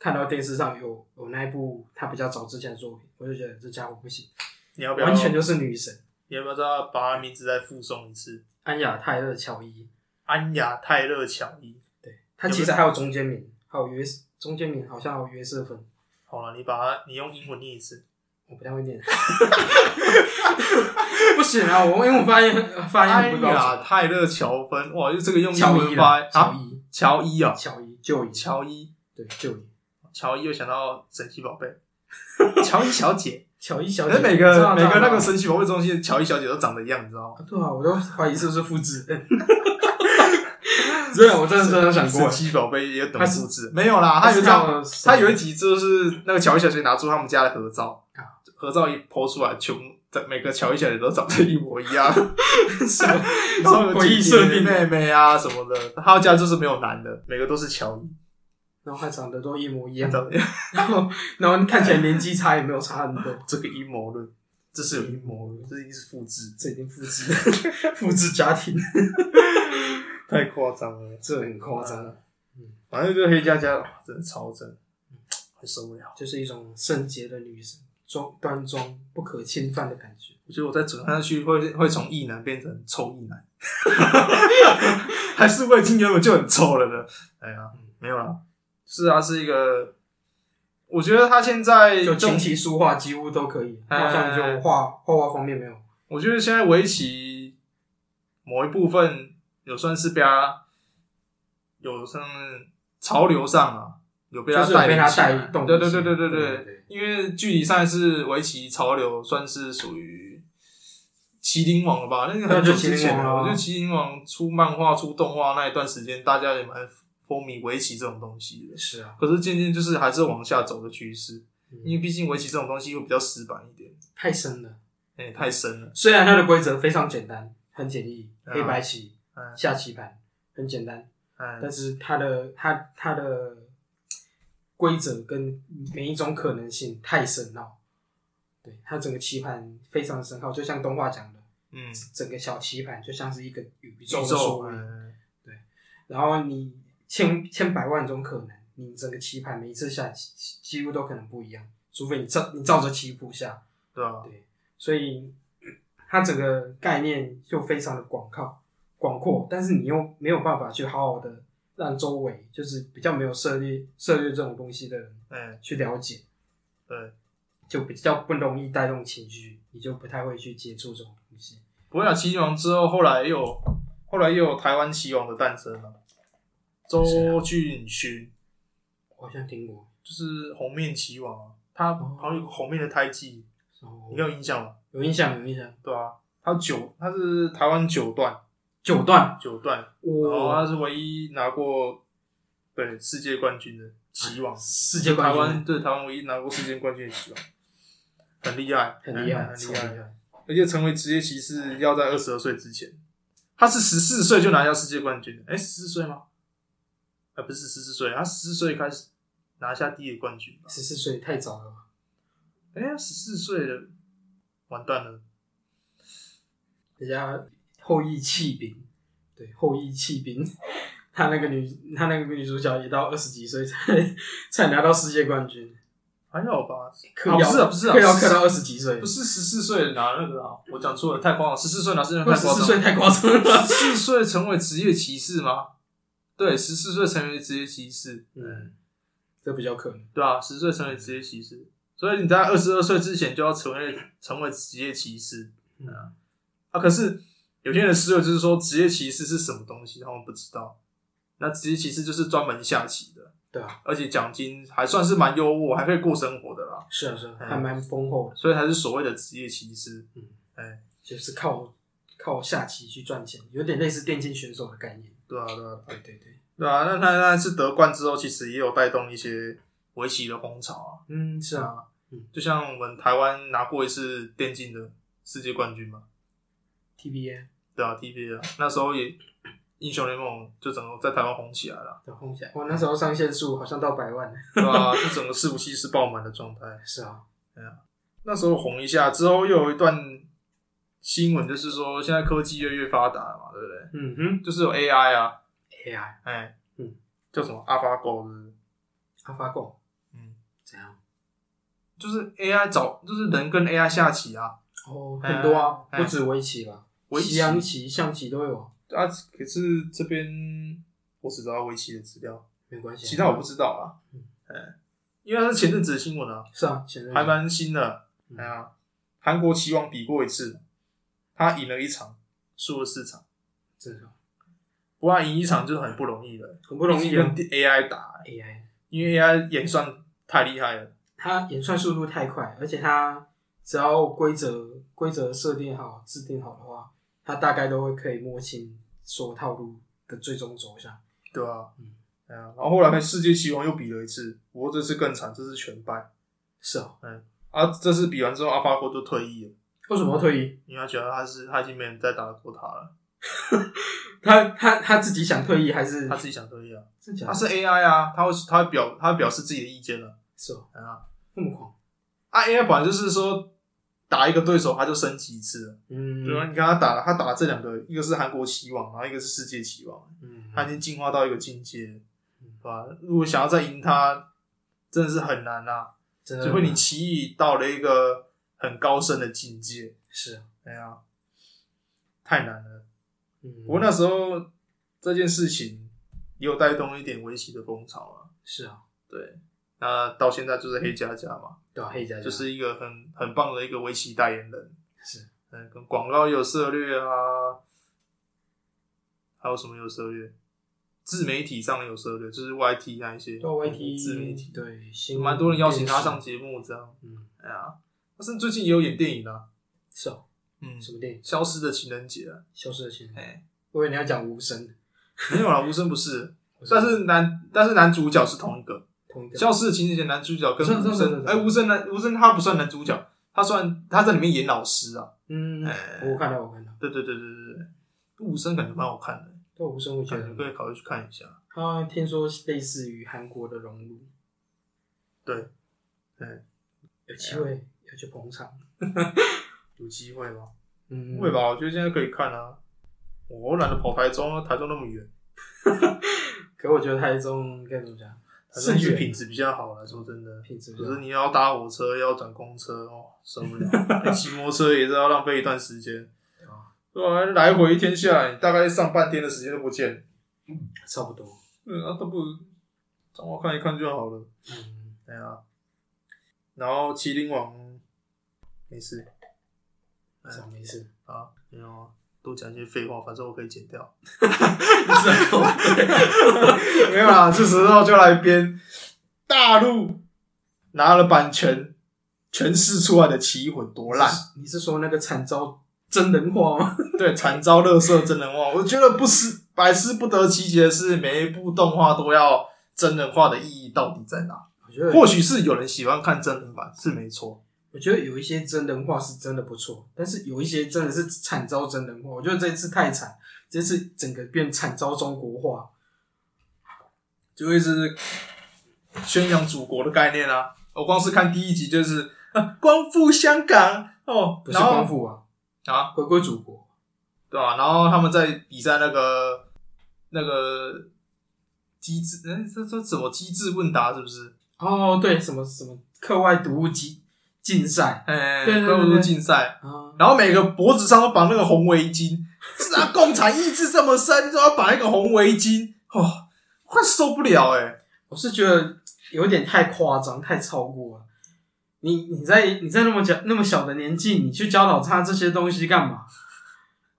看到电视上有有那一部他比较早之前的作品，我就觉得这家伙不行，
你要不要？
完全就是女神
你要不要再把他名字再附送一次？
安雅泰勒乔伊。
安雅泰勒乔伊。
对，他其实还有中间名，还有约中间名好像还有约瑟芬，
好了，你把它，你用英文念一次。
我不太会念。 [laughs] 不行啊，我因为我发音发音
安
不标
雅
准。
泰勒乔芬，哇，就这个用英
乔伊
文发
啦，
音啊
乔伊，
乔伊哦，
乔伊就医，
乔伊，
对就医，
乔伊又想到神奇宝贝， [laughs] 乔伊小姐，
乔伊小
可
姐，
是哎每
知
个
道
每个
知
那个
道
神奇宝贝中心的乔伊小姐都长得一样，你知道吗？
对啊，我都怀疑是不是复
[laughs]
制人，真的，我真的真的想过啊
神，奇宝贝也有等
他是
复制，没有啊啦，他有一
张，
张，他有一集就是那个乔伊小姐拿出他们家的合照
啊，
合照一剖出来，全部的每个乔伊小姐都长得一模一样，
什么
然后有
诡异
姐姐
设定
妹妹啊什么的，他们家就是没有男的，每个都是乔伊，
然后还长得都一模一样，
长得
然后然后看起来年纪差也没有差很多，
这个阴谋论，这是有阴谋论，这一定是复制，
这已经复制 [laughs] 复制家庭，
太夸张 [laughs] 了。嗯
这很夸张，啊
反正就是黑加加，哇真的超正，很受不了。
就是一种圣洁的女神，庄端庄不可侵犯的感觉。
我觉得我再转下去会会从异男变成臭 [laughs] 异男，还是我已经原本就很臭了呢？哎呀，没有啦，是啊，是一个，我觉得他现在
就
哎这种
琴棋书画几乎都可以，
哎
好像就画画画方面没有。
我觉得现在围棋某一部分有算是被他有像潮流上啊，有被他
就是有
带
被
领
他
起来
带动
对对
起
对
来
对对
对
对
对对
因为距离上一次围棋潮流算是属于麒麟王了吧？那个很
对就
久
麒麟
之前
王
了。
啊
我觉得麒麟王出漫画、出动画那一段时间，大家也蛮风靡围棋这种东西的。
是啊，
可是渐渐就是还是往下走的趋势，因
因
为
为
毕竟围棋这种东西会比较死板一点，
太深了。
哎、太深了。
虽然它的规则非常简单，很简易，
嗯
黑白棋、
嗯
下棋盘很简单，
嗯，
但是它的它它的规则跟每一种可能性太深奥。对，它整个棋盘非常深奥，就像动画讲的，
嗯，
整个小棋盘就像是一个宇宙
宇
的
宙
缩影。
嗯
然后你千千百万种可能，你整个棋盘每一次下几几乎都可能不一样，除非你照你照着棋谱下，
对啊，
所以它整个概念就非常的广靠广阔，但是你又没有办法去好好的让周围就是比较没有涉猎涉猎这种东西的人
哎，
去了解，
对，
就比较不容易带动情绪，你就不太会去接触这种东西。
不过啊，棋王之后，后来又有后来又有台湾棋王的诞生了，周俊勋
我好像听过，
就是红面棋王啊，他好像有个红面的胎记，
然后
你有印象吗？
有印象有印象，
对啊，他九他是台湾九段
九段，
九段，然后
哇、
他是唯一拿过对世界冠军的棋王，
世界冠
台
军
湾对台湾唯一拿过世界冠军的棋王，很厉害，哎
很厉害，
很
超
厉
厉
害。
害。
而且成为职业骑士要在二十二岁之前。他是十四岁就拿下世界冠军，哎、1十四岁吗？啊，不是十四岁，他十四岁开始拿下第一个冠军吧。
十四岁太早了吧？
哎、1十四岁了，完蛋了，
人家后羿弃兵，对，后羿弃兵， [laughs] 他那个女，他那个女主角也到二十几岁才 [laughs] 才拿到世界冠军，
还好吧？
嗑
啊
药、
不是啊不是啊
嗑药
不是
嗑到二十几岁
不，是十四岁拿那个啊，我讲错了，太夸张，十四岁拿世界
二
冠
十
军
四
太
岁太夸张了
夸
[laughs]
张了，
吧。
十四岁成为职业骑士吗？对，十四岁成为职业骑士，
嗯，这比较可能。
对啊，十岁成为职业骑士，所以你在二十二岁之前就要成为成为职业骑士。
嗯
啊啊，可是有些人的思维就是说，职业骑士是什么东西，他们不知道。那职业骑士就是专门下棋的，
对啊，
而且奖金还算是蛮优渥，还可以过生活的啦，
是啊是啊，
嗯
还蛮丰厚的，
所以才是所谓的职业骑士。
嗯，
哎，
就是靠靠下棋去赚钱，有点类似电竞选手的概念。
对啊，对啊，
对对对，
对啊。那他那次夺冠之后，其实也有带动一些围棋的风潮啊。
嗯，是啊，
啊
嗯，
就像我们台湾拿过一次电竞的世界冠军嘛。
TBA
对啊，TBA 啊，那时候也英雄联盟就整个在台湾红起来
[laughs]
了，啊
的红起来，我那时候上线数好像到百万了。
对啊，就整个四五七是爆满的状态。
是啊，
那时候红一下之后，又有一段新闻，就是说现在科技越来越发达了嘛，对不对？
嗯哼
就是有 AI 啊，
，AI。
哎、
嗯，
叫什么 AlphaGo 是不是？
AlphaGo，
嗯，
怎样？
就是 AI 找，就是人跟 AI 下棋啊，
哦，
哎
很多啊，
哎
不止围棋吧，
围
西
棋
洋棋、象棋都有啊，
啊。可是这边我只知道围棋的资料，
没关系啊。
其他我不知道啊。
嗯
哎、因为它是前阵子的新闻啊，
是啊，前阵子
还蛮新的。
嗯
哎呀，韩国棋王比过一次，他赢了一场，输了四场。
正常。
不过他赢一场就很不容易了，
很不容
毕
易
竟
啊
跟 AI 打，
AI，
因为 AI 演算太厉害了。
它演算速度太快，而且它只要规则规则设定好、制定好的话，它大概都会可以摸清所有套路的最终走向。
对啊，
嗯
嗯，对啊。然后后来跟世界棋王又比了一次，不过这次更惨，这次全败。
是哦，
啊，这次比完之后，阿巴霍就退役了，
为什么要退役？
因为他觉得他是他已经没人再打得过他了，
他他他自己想退役还是
他自己想退役啊。
真假
他
的？
是 AI 啊，他会他会表他会表示自己的意见了
是哦，
啊。
那么狂？
啊，AI 本来就是说打一个对手他就升级一次了，
嗯
对啊吧、你看他打他打这两个，一个是韩国棋王，然后一个是世界棋王，
嗯，
他已经进化到一个境界了，
嗯
对吧、如果想要再赢他，真的是很难啊。
真的
除非你棋艺到了一个很高深的境界，
是啊，
哎呀，太难了。
嗯，
不过那时候这件事情也有带动一点围棋的风潮啊。
是啊，
对，那到现在就是黑加加嘛，
对啊，黑加加
就是一个很很棒的一个围棋代言人。
是
嗯，跟广告也有策略啊，还有什么有策略？自媒体上有策略，就是 YT 那一些，嗯
对啊 YT
自媒体，
对，新闻
蛮多人邀请他上，节目这样。
嗯，
哎呀，但是最近也有演电影啊，
是哦，
嗯，
什么电影？
消失的情人节啊，
消失的情人，
哎，
我以为你要讲无声，
没有啦，无声不是，但是男但是男主角是同一个，
同一个
消失的情人节男主角跟
是是
无
是
声，
是
哎，无声男无声他不算男主角，他算他在里面演老师啊，
嗯，
哎
我看到，我看到，
对对对对对对，无声感觉蛮好看的，
对啊无声，我觉
感觉可
得
以考虑去看一下，
他听说类似于韩国的熔炉，
对，对，
有机会要去捧场，
有机会吗？
嗯，
会？吧，我觉得现在可以看啊，我懒得跑台中啊，台中那么远，
嗯可我觉得台中该怎么讲，
台中
是
是
远
品质比较好啊来说真的。
品质比
可
较
是
好，
你要搭火车，要转公车，哦，受不了。 [laughs] 哎骑、摩托车也是要浪费一段时间
啊，
对吧、来回一天下来，你大概上半天的时间都不见。
差不多，
嗯，啊，都不如彰化看一看就好了。
嗯，
哎呀、然后麒麟王没事哎
这样没事，
啊，没有啊多讲一些废话，反正我可以剪掉。
是啊跟我
[laughs] 没有啦，这时候就来编大陆拿了版权诠释出来的棋魂多 [laughs] 烂。
你是说那个惨遭真人化吗？ [laughs]
对，惨遭乐色真人化，我觉得不思百思不得其解的是，每一部动画都要真人化的意义到底在哪？
我觉得，
或许是有人喜欢看真人版，是没错。
我觉得有一些真人化是真的不错，但是有一些真的是惨遭真人化。我觉得这次太惨，这次整个变惨遭中国化。
就一直宣扬祖国的概念啊！我光是看第一集就是、啊、光复香港哦，
不是
然后
光复啊，
啊，
回归祖国。
对吧、然后他们在比赛那个那个机智，嗯、这这什么机智问答是不是？
哦，对，什么什么课外读物竞竞赛
哎、
对对对
怪物
对
竞赛。
啊，
然后每个脖子上都绑那个红围巾，是
[laughs]
啊，共产意志这么深，就要绑一个红围巾，哦，快受不了哎、
[laughs] 我是觉得有点太夸张，太超过了。你你在你在那么小那么小的年纪，你去教导他这些东西干嘛？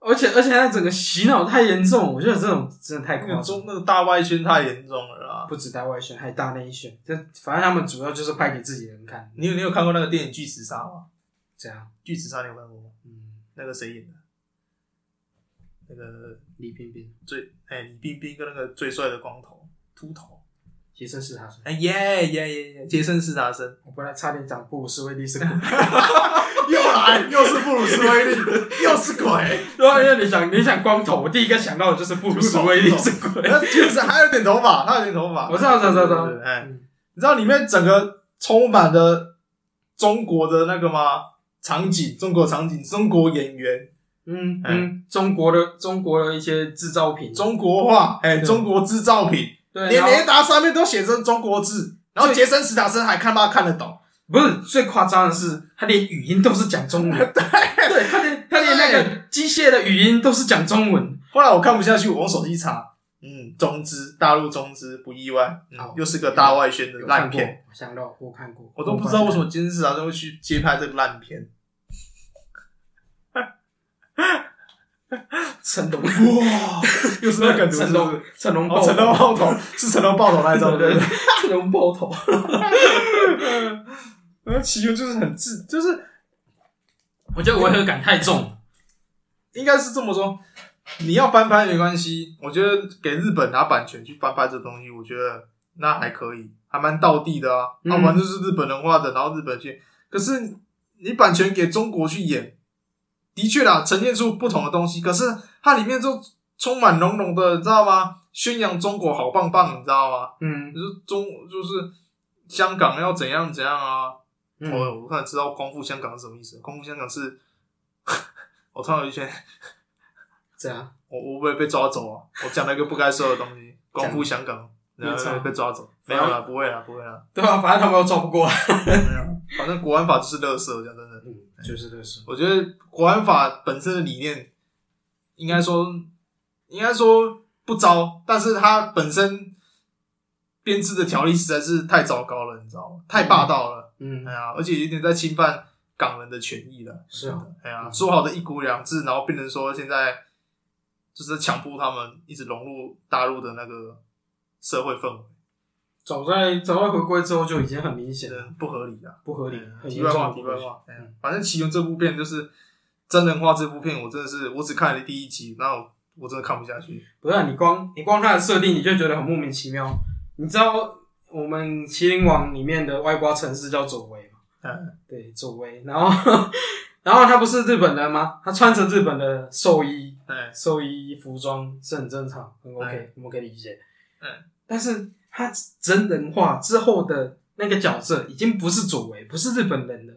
而且而且他整个洗脑太严重，我觉得这种真的太
那
夸
个
张
中。那个大外宣太严重了啊啦。
不止大外宣，还大内宣。这反正他们主要就是拍给自己人看，
你有你有看过那个电影《巨齿鲨》吗？
这样。
《巨齿鲨》你有看过吗？
嗯，
那个谁演的？那个
李冰冰
最哎李冰冰跟那个最帅的光头秃头，
杰森斯坦森，
哎耶耶耶耶，杰森·斯坦森，
我本来差点讲布鲁斯威利是鬼， [laughs]
又来又是布鲁斯威利，又是鬼。
然啊后因为你想你想光头，我第一个想到的就是布鲁斯威利是鬼。 [laughs]
那巨齿鲨还有点头发，他有点头发，
我知道，知道，知道，知道
对对对哎
嗯
你知道里面整个充满了中国的那个吗？场景，中国场景，中国演员，
嗯
哎
嗯，中国的中国的一些制造品，
中国话，哎、
对
中国制造品，
对，
连
然后
雷达上面都写着中国字，然后杰森·斯坦森还看他看得懂，
不是最夸张的是，他连语音都是讲中文，对，他连他连那个机械的语音都是讲中文，
后来我看不下去，我用手机查，嗯，中资，大陆中资，不意外，嗯
哦
又是个大外宣的
有
烂
看过
片，，
我想到我看过，
我都不知道为什么杰森·斯坦森会去接拍这个烂片，成龙哇，又是那个
成龙，成龙
哦，
爆
成龙
头，
爆头是成龙爆头那一
[laughs]
招，对不对？
成龙爆头，
然后奇云就是很自，就是
我觉得违和感太重。
应该是这么说，你要翻拍没关系，我觉得给日本拿版权去翻拍这东西，我觉得那还可以，还蛮道地的啊。
嗯
要不然就是日本人画的，然后日本去，可是你版权给中国去演，的确啦，呈现出不同的东西，可是它里面就充满浓浓的，你知道吗？宣扬中国好棒棒，你知道吗？
嗯，
就是中就是香港要怎样怎样啊，
嗯
我我突然知道光复香港是什么意思。光复香港是， [laughs] 我突然有一圈，
这样
我我会不会被抓走啊！我讲了一个不该说的东西，光复香港，然
没
后
错
被抓走，没有啦，不会啦，不
[laughs]
会啦，
对啊吧？反正他们又抓不过来。
没有。反正国安法就是垃圾，讲真的，
嗯，就是这是。
我觉得国安法本身的理念，应该说，应该说不糟，但是它本身编制的条例实在是太糟糕了，你知道吗？太霸道了，
嗯
哎，呀，而且有点在侵犯港人的权益了。
是啊，
哎呀，
嗯
说好的一国两制，然后变成说现在就是强迫他们一直融入大陆的那个社会氛围，
早在早在回归之后就已经很明显
真的
了，
不合理啊！
不合理，很
题
严
外
重
话，
的嗯
题
不
外
合理。
话，哎呀反正《奇缘》这部片就是真人化这部片，我真的是我只看了第一集，然后我真的看不下去。
不是啊、你光你光它的设定，你就觉得很莫名其妙。你知道我们《麒麟王》里面的外挂城市叫佐为嘛？
嗯，
对，佐为。然后 [laughs] 然后他不是日本人吗？他穿着日本的寿衣，
哎，
寿衣服装是很正常，很 OK，我们可以理解。
嗯，
但是他真人化之后的那个角色已经不是佐为，不是日本人了，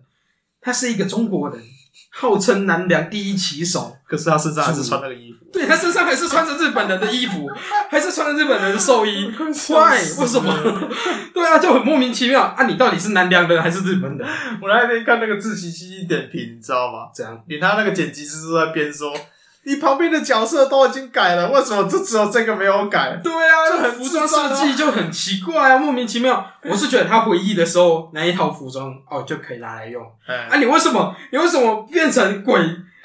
他是一个中国人，号称南梁第一旗手。
可是他身上还是穿那个衣服，
对他身上还是穿着日本人的衣 [laughs] 服，还是穿着日本人的寿 [laughs] 衣
笑
，why？
死
为什么？ [laughs] 对啊，就很莫名其妙。啊，你到底是南梁人还是日本人？
[laughs] 我那天看那个自习七点评，你知道吗？
这样，
连他那个剪辑师都在边说，你旁边的角色都已经改了，为什么就只有这个没有改？ [laughs]
对啊，
就很
服装设计就很奇怪啊，莫名其妙。我是觉得他回忆的时候那一套服装哦就可以拿来用
哎
啊，你为什么你为什么变成鬼，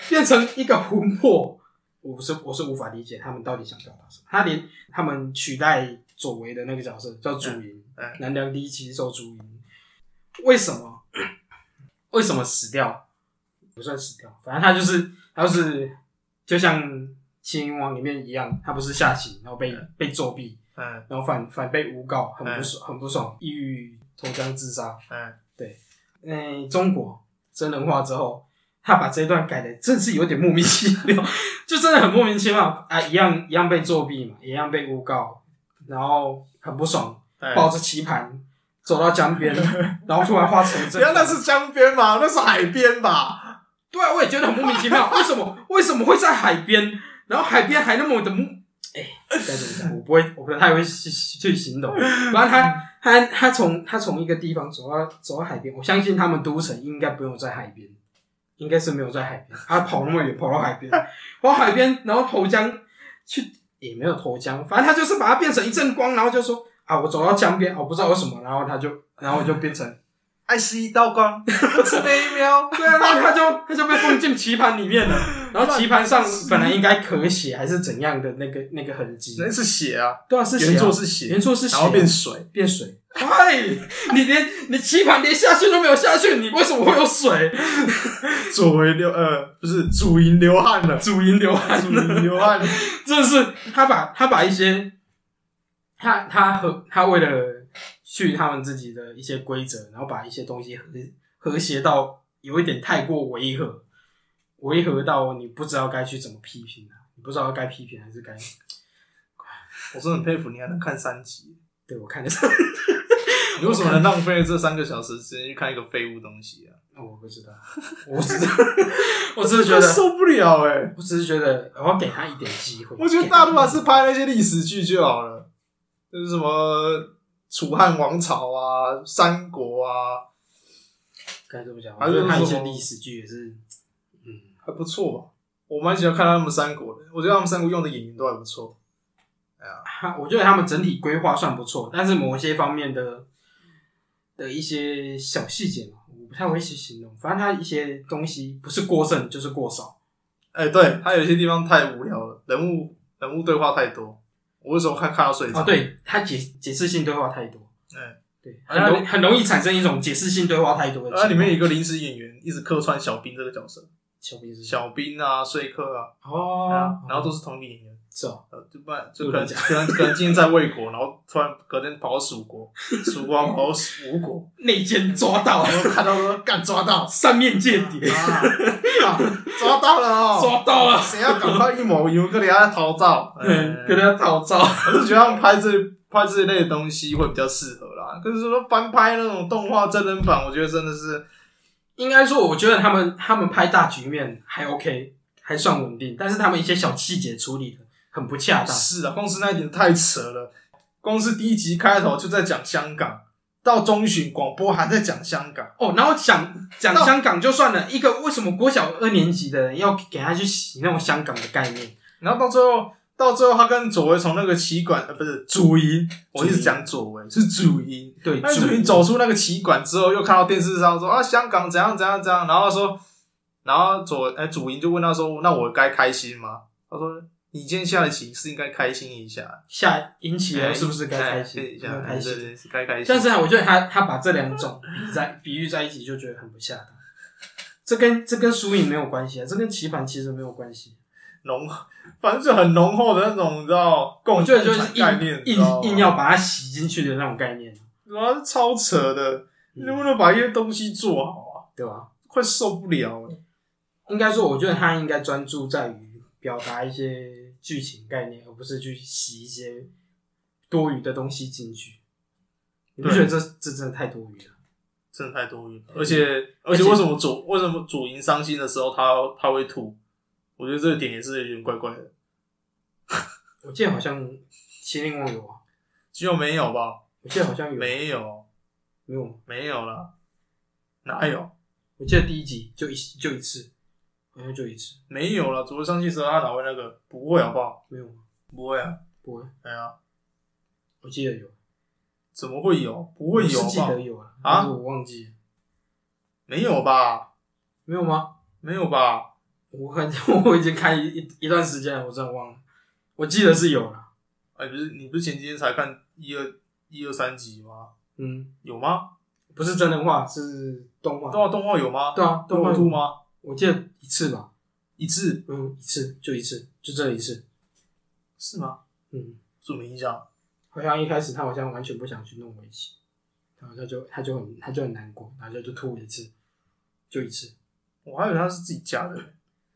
变成一个魂魄？我是我是无法理解他们到底想表达什么。他连他们取代左为的那个角色叫主银，
嗯
南梁第一骑手主银，为什么？为什么死掉？不算死掉，反正他就是他就是就像《秦王》里面一样，他不是下棋，然后被、被作弊，
嗯
然后反反被诬告，很不
嗯
爽，很不爽，抑郁投江自杀。
嗯，
嗯、中国真人化之后，他把这一段改的真是有点莫名其妙， [laughs] 就真的很莫名其妙啊！一样一样被作弊嘛，一样被诬告，然后很不爽，
哎
抱着棋盘走到江边，然后突然画成这
不要，那是江边嘛，那是海边吧？
对啊，我也觉得很莫名其 [laughs] 妙，为什么为什么会在海边？然后海边还那么的木，哎，该怎么讲？ [laughs] 我不会，我不太会去去形容。然后他他他从他从一个地方走到走到海边，我相信他们都城应该不用在海边，应该是没有在海边，他跑那么远跑到海 [laughs] 边，跑到海边，然后投江去也没有投江，反正他就是把它变成一阵光，然后就说啊，我走到江边，我不知道为什么，然后他就然后就变成
爱是一道光，不是飞 [laughs] 喵。
对啊，那他就他就被放进棋盘里面了。然后棋盘上本来应该可写还是怎样的那个那个痕迹，
那是血啊，
对啊，是写啊
原作是血，
原作是写啊，
然后变水，
变水。哎，你连你棋盘连下去都没有下去，你为什么会有水？ [laughs]
左为流呃不是主营流汗了，
主营流汗
主营流汗，
真的是他把他把一些他他和他为了去他们自己的一些规则，然后把一些东西和和谐到有一点太过违和，违和到你不知道该去怎么批评啊，你不知道该批评还是该
[laughs] 我真的很佩服你还能看三集，
对我看 [laughs] 的是
你为什么能浪费这三个小时时间去看一个废物东西啊？
哦我不知道， [laughs] 我只是我只是觉得，
受不了哎、
我只是觉得我要给他一点机会。
我觉得大陆还是拍那些历史剧就好了，就是什么楚汉王朝啊、三国啊，
该怎么讲，我
还
觉
是
得看一
什
些
么
历史剧也是，嗯，
还不错吧。我蛮喜欢看他们三国的，我觉得他们三国用的演员都还不错。
他我觉得他们整体规划算不错，但是某些方面的的一些小细节嘛，我不太会去形容。反正他一些东西不是过剩就是过少，
哎、对他有些地方太无聊了，人物人物对话太多，我有时候看看到睡着。
哦，，对，它解解释性对话太多，
哎
对，很容很容易产生一种解释性对话太多的情
那
况。
啊里面有一个临时演员一直客串小兵这个角色，
小兵是小
小兵啊、说客啊，
哦，
然后都是同一个演员。
是哦，
呃，就不然就可
不
能
能讲
可能可能今天在魏国，然后突然隔天跑到蜀国，蜀国跑到吴国，
内奸抓到
然后看到说干抓
[laughs]
到，
三面间谍，
啊，啊抓到了哦，
抓到了，
谁要赶快预谋，有个人要逃
[laughs]
照，
嗯，
哎
跟他讨招。
我是觉得他们拍这拍这类东西会比较适合啦。可是说翻拍那种动画真人版，我觉得真的是
应该说，我觉得他们他们拍大局面还 OK，还算稳定，但是他们一些小细节处理的很不恰当。
是啊，公司那一点太扯了。公司第一集开头就在讲香港，到中旬广播还在讲香港，
哦，然后讲讲
那
香港就算了，一个为什么国小二年级的人要给他去洗那种香港的概念？
然后到最后。到最后，他跟左为从那个棋馆，呃，不是主音，我一直
主因
讲左为是主音，
对，
那主
注意
音走出那个棋馆之后，又看到电视上说啊，香港怎样怎样怎样，然后说，然后左哎、主音就问他说，那我该开心吗？他说，你今天下的棋是应该开心一下，
下引起哎了是不是该
哎
开
对
心？
一
应该
下，
开
对
心。
对是该开心。
但是啊，我觉得他他把这两种比在比喻在一起，就觉得很不恰当。这跟这跟输赢没有关系啊，这跟棋盘其实没有关系。
浓，反正就很浓厚的那种，你知道，共
我觉得就是
产概念
硬，硬硬要把它洗进去的那种概念，
主要是超扯的，
嗯
你能不能把一些东西做好啊？
对吧、
快受不了了。
应该说，我觉得他应该专注在于表达一些剧情概念，而不是去洗一些多余的东西进去。你不
对
觉得这这真的太多余了？
真的太多余了，而且而
而且
且为什么主为什么主营伤心的时候他他会吐？我觉得这个点也是有点怪怪的，
我记得好像《麒麟王》有啊，
只有没有吧？
我记得好像有
没有，
没有吗？
没有啦，哪有？
我记得第一集就一就一次，好像就一次，
没有啦，主营伤心的时候他哪会那个？不会好不好？
没有吗？
不会啊，
不会，
哎呀，
我记得有，
怎么会有？不会有
我是记
吧
得？有啊，
啊
但是我忘记了，
没有吧？
没有吗？
没有吧？
我很 [laughs] 我已经看一一一段时间了，我真的忘了，我记得是有了，
哎，不是，你不是前几天才看一二一二三集吗？
嗯，
有吗？
不是真人化，是动画，
动画动画有吗？
对啊，
动画
有
吐？吗？
我记得一次吧，
一次
嗯，一次就一次，就这一次，
是吗？
嗯，
注明一下，
好像一开始他好像完全不想去弄围棋，然后他就他就很他就很难过，然后就就吐一次，就一次，
我还以为他是自己加的。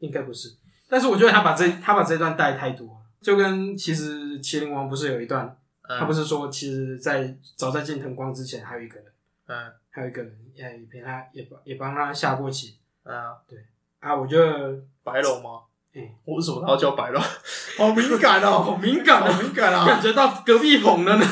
应该不是，但是我觉得他把这他把这段带太多了，就跟其实麒麟王不是有一段，他
他
不
是
是说其实在早在进藤光之前还有一个人，
嗯
还有一个人也也陪他也帮也帮他下过棋
嗯
啊，我觉得
白龙吗？
嗯，
哎我为什么他要叫白龙？ [laughs] 好敏感哦， [laughs] 好
敏感啊
好敏感
感
啊！
觉到隔壁棚了呢。
[laughs]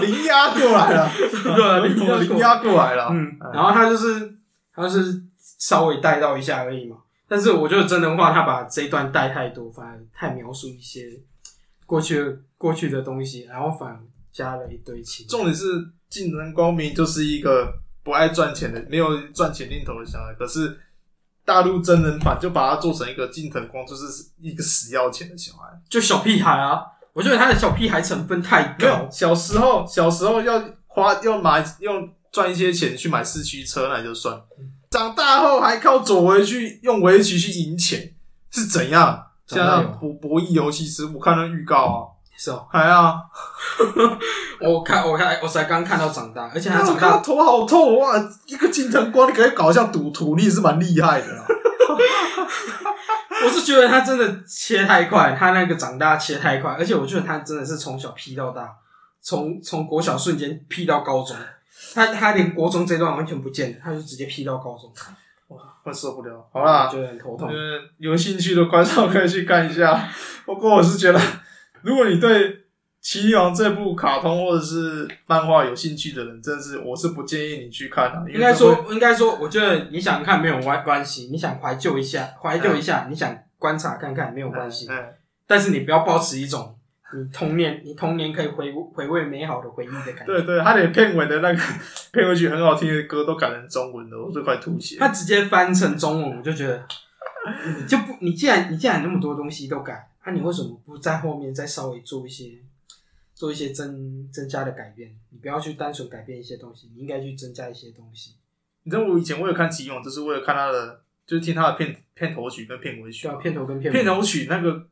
灵压过来了， [laughs]
对灵压过来
啊灵压过来了。
嗯
哎，
然后他就是他就是稍微带到一下而已嘛。但是我觉得真人化他把这一段带太多，反而太描述一些过去的过去的东西，然后反而加了一堆情。
重点是晋能光明就是一个不爱赚钱的，没有赚钱念头的小孩。可是大陆真人版就把他做成一个近藤光，就是一个死要钱的小孩。
就小屁孩啊，我觉得他的小屁孩成分太
没有
高。
小时候，小时候要花要买要赚一些钱去买四驱车那就算，长大后还靠左围去用围棋去赢钱，是怎样？
长大有
像博博弈游戏时，我看那预告
是哦
啊，，哎呀，
我看我看我才刚看到长大，而且他
哎我
长
看他
大
头好痛哇！一个金城光，你可以搞像赌徒，你也是蛮厉
[laughs]
害的啦。啊
我是觉得他真的切太快，他那个长大切太快，而且我觉得他真的是从小劈到大，从从国小瞬间劈到高中，他他连国中这段完全不见了，他就直接劈到高中，
我受不了，好啦
我，觉得很头痛。
嗯，有兴趣的观众可以去看一下。 [laughs] 不过我是觉得，如果你对《麒麟王》这部卡通或者是漫画有兴趣的人，真的是我是不建议你去看的、啊因为
应该
这会
说，应该说，我觉得你想看没有关关系，你想怀旧一下，怀旧一
哎
下，你想观察看看没有关系，
嗯，
但是你不要保持一种你童年你童年可以回回味美好的回忆的感觉。
对对，他连片尾的那个 [laughs] 片尾曲很好听的歌都改成中文了，我都快吐血。
他直接翻成中文，我就觉得你就不，你既然你既然那么多东西都改，那、你为什么不在后面再稍微做一些做一些增增加的改变？你不要去单纯改变一些东西，你应该去增加一些东西，
你知道我以前为了看齐勇，就是为了看他的，就是听他的片片头曲跟片尾曲
需。要啊片头跟片尾
片头曲那个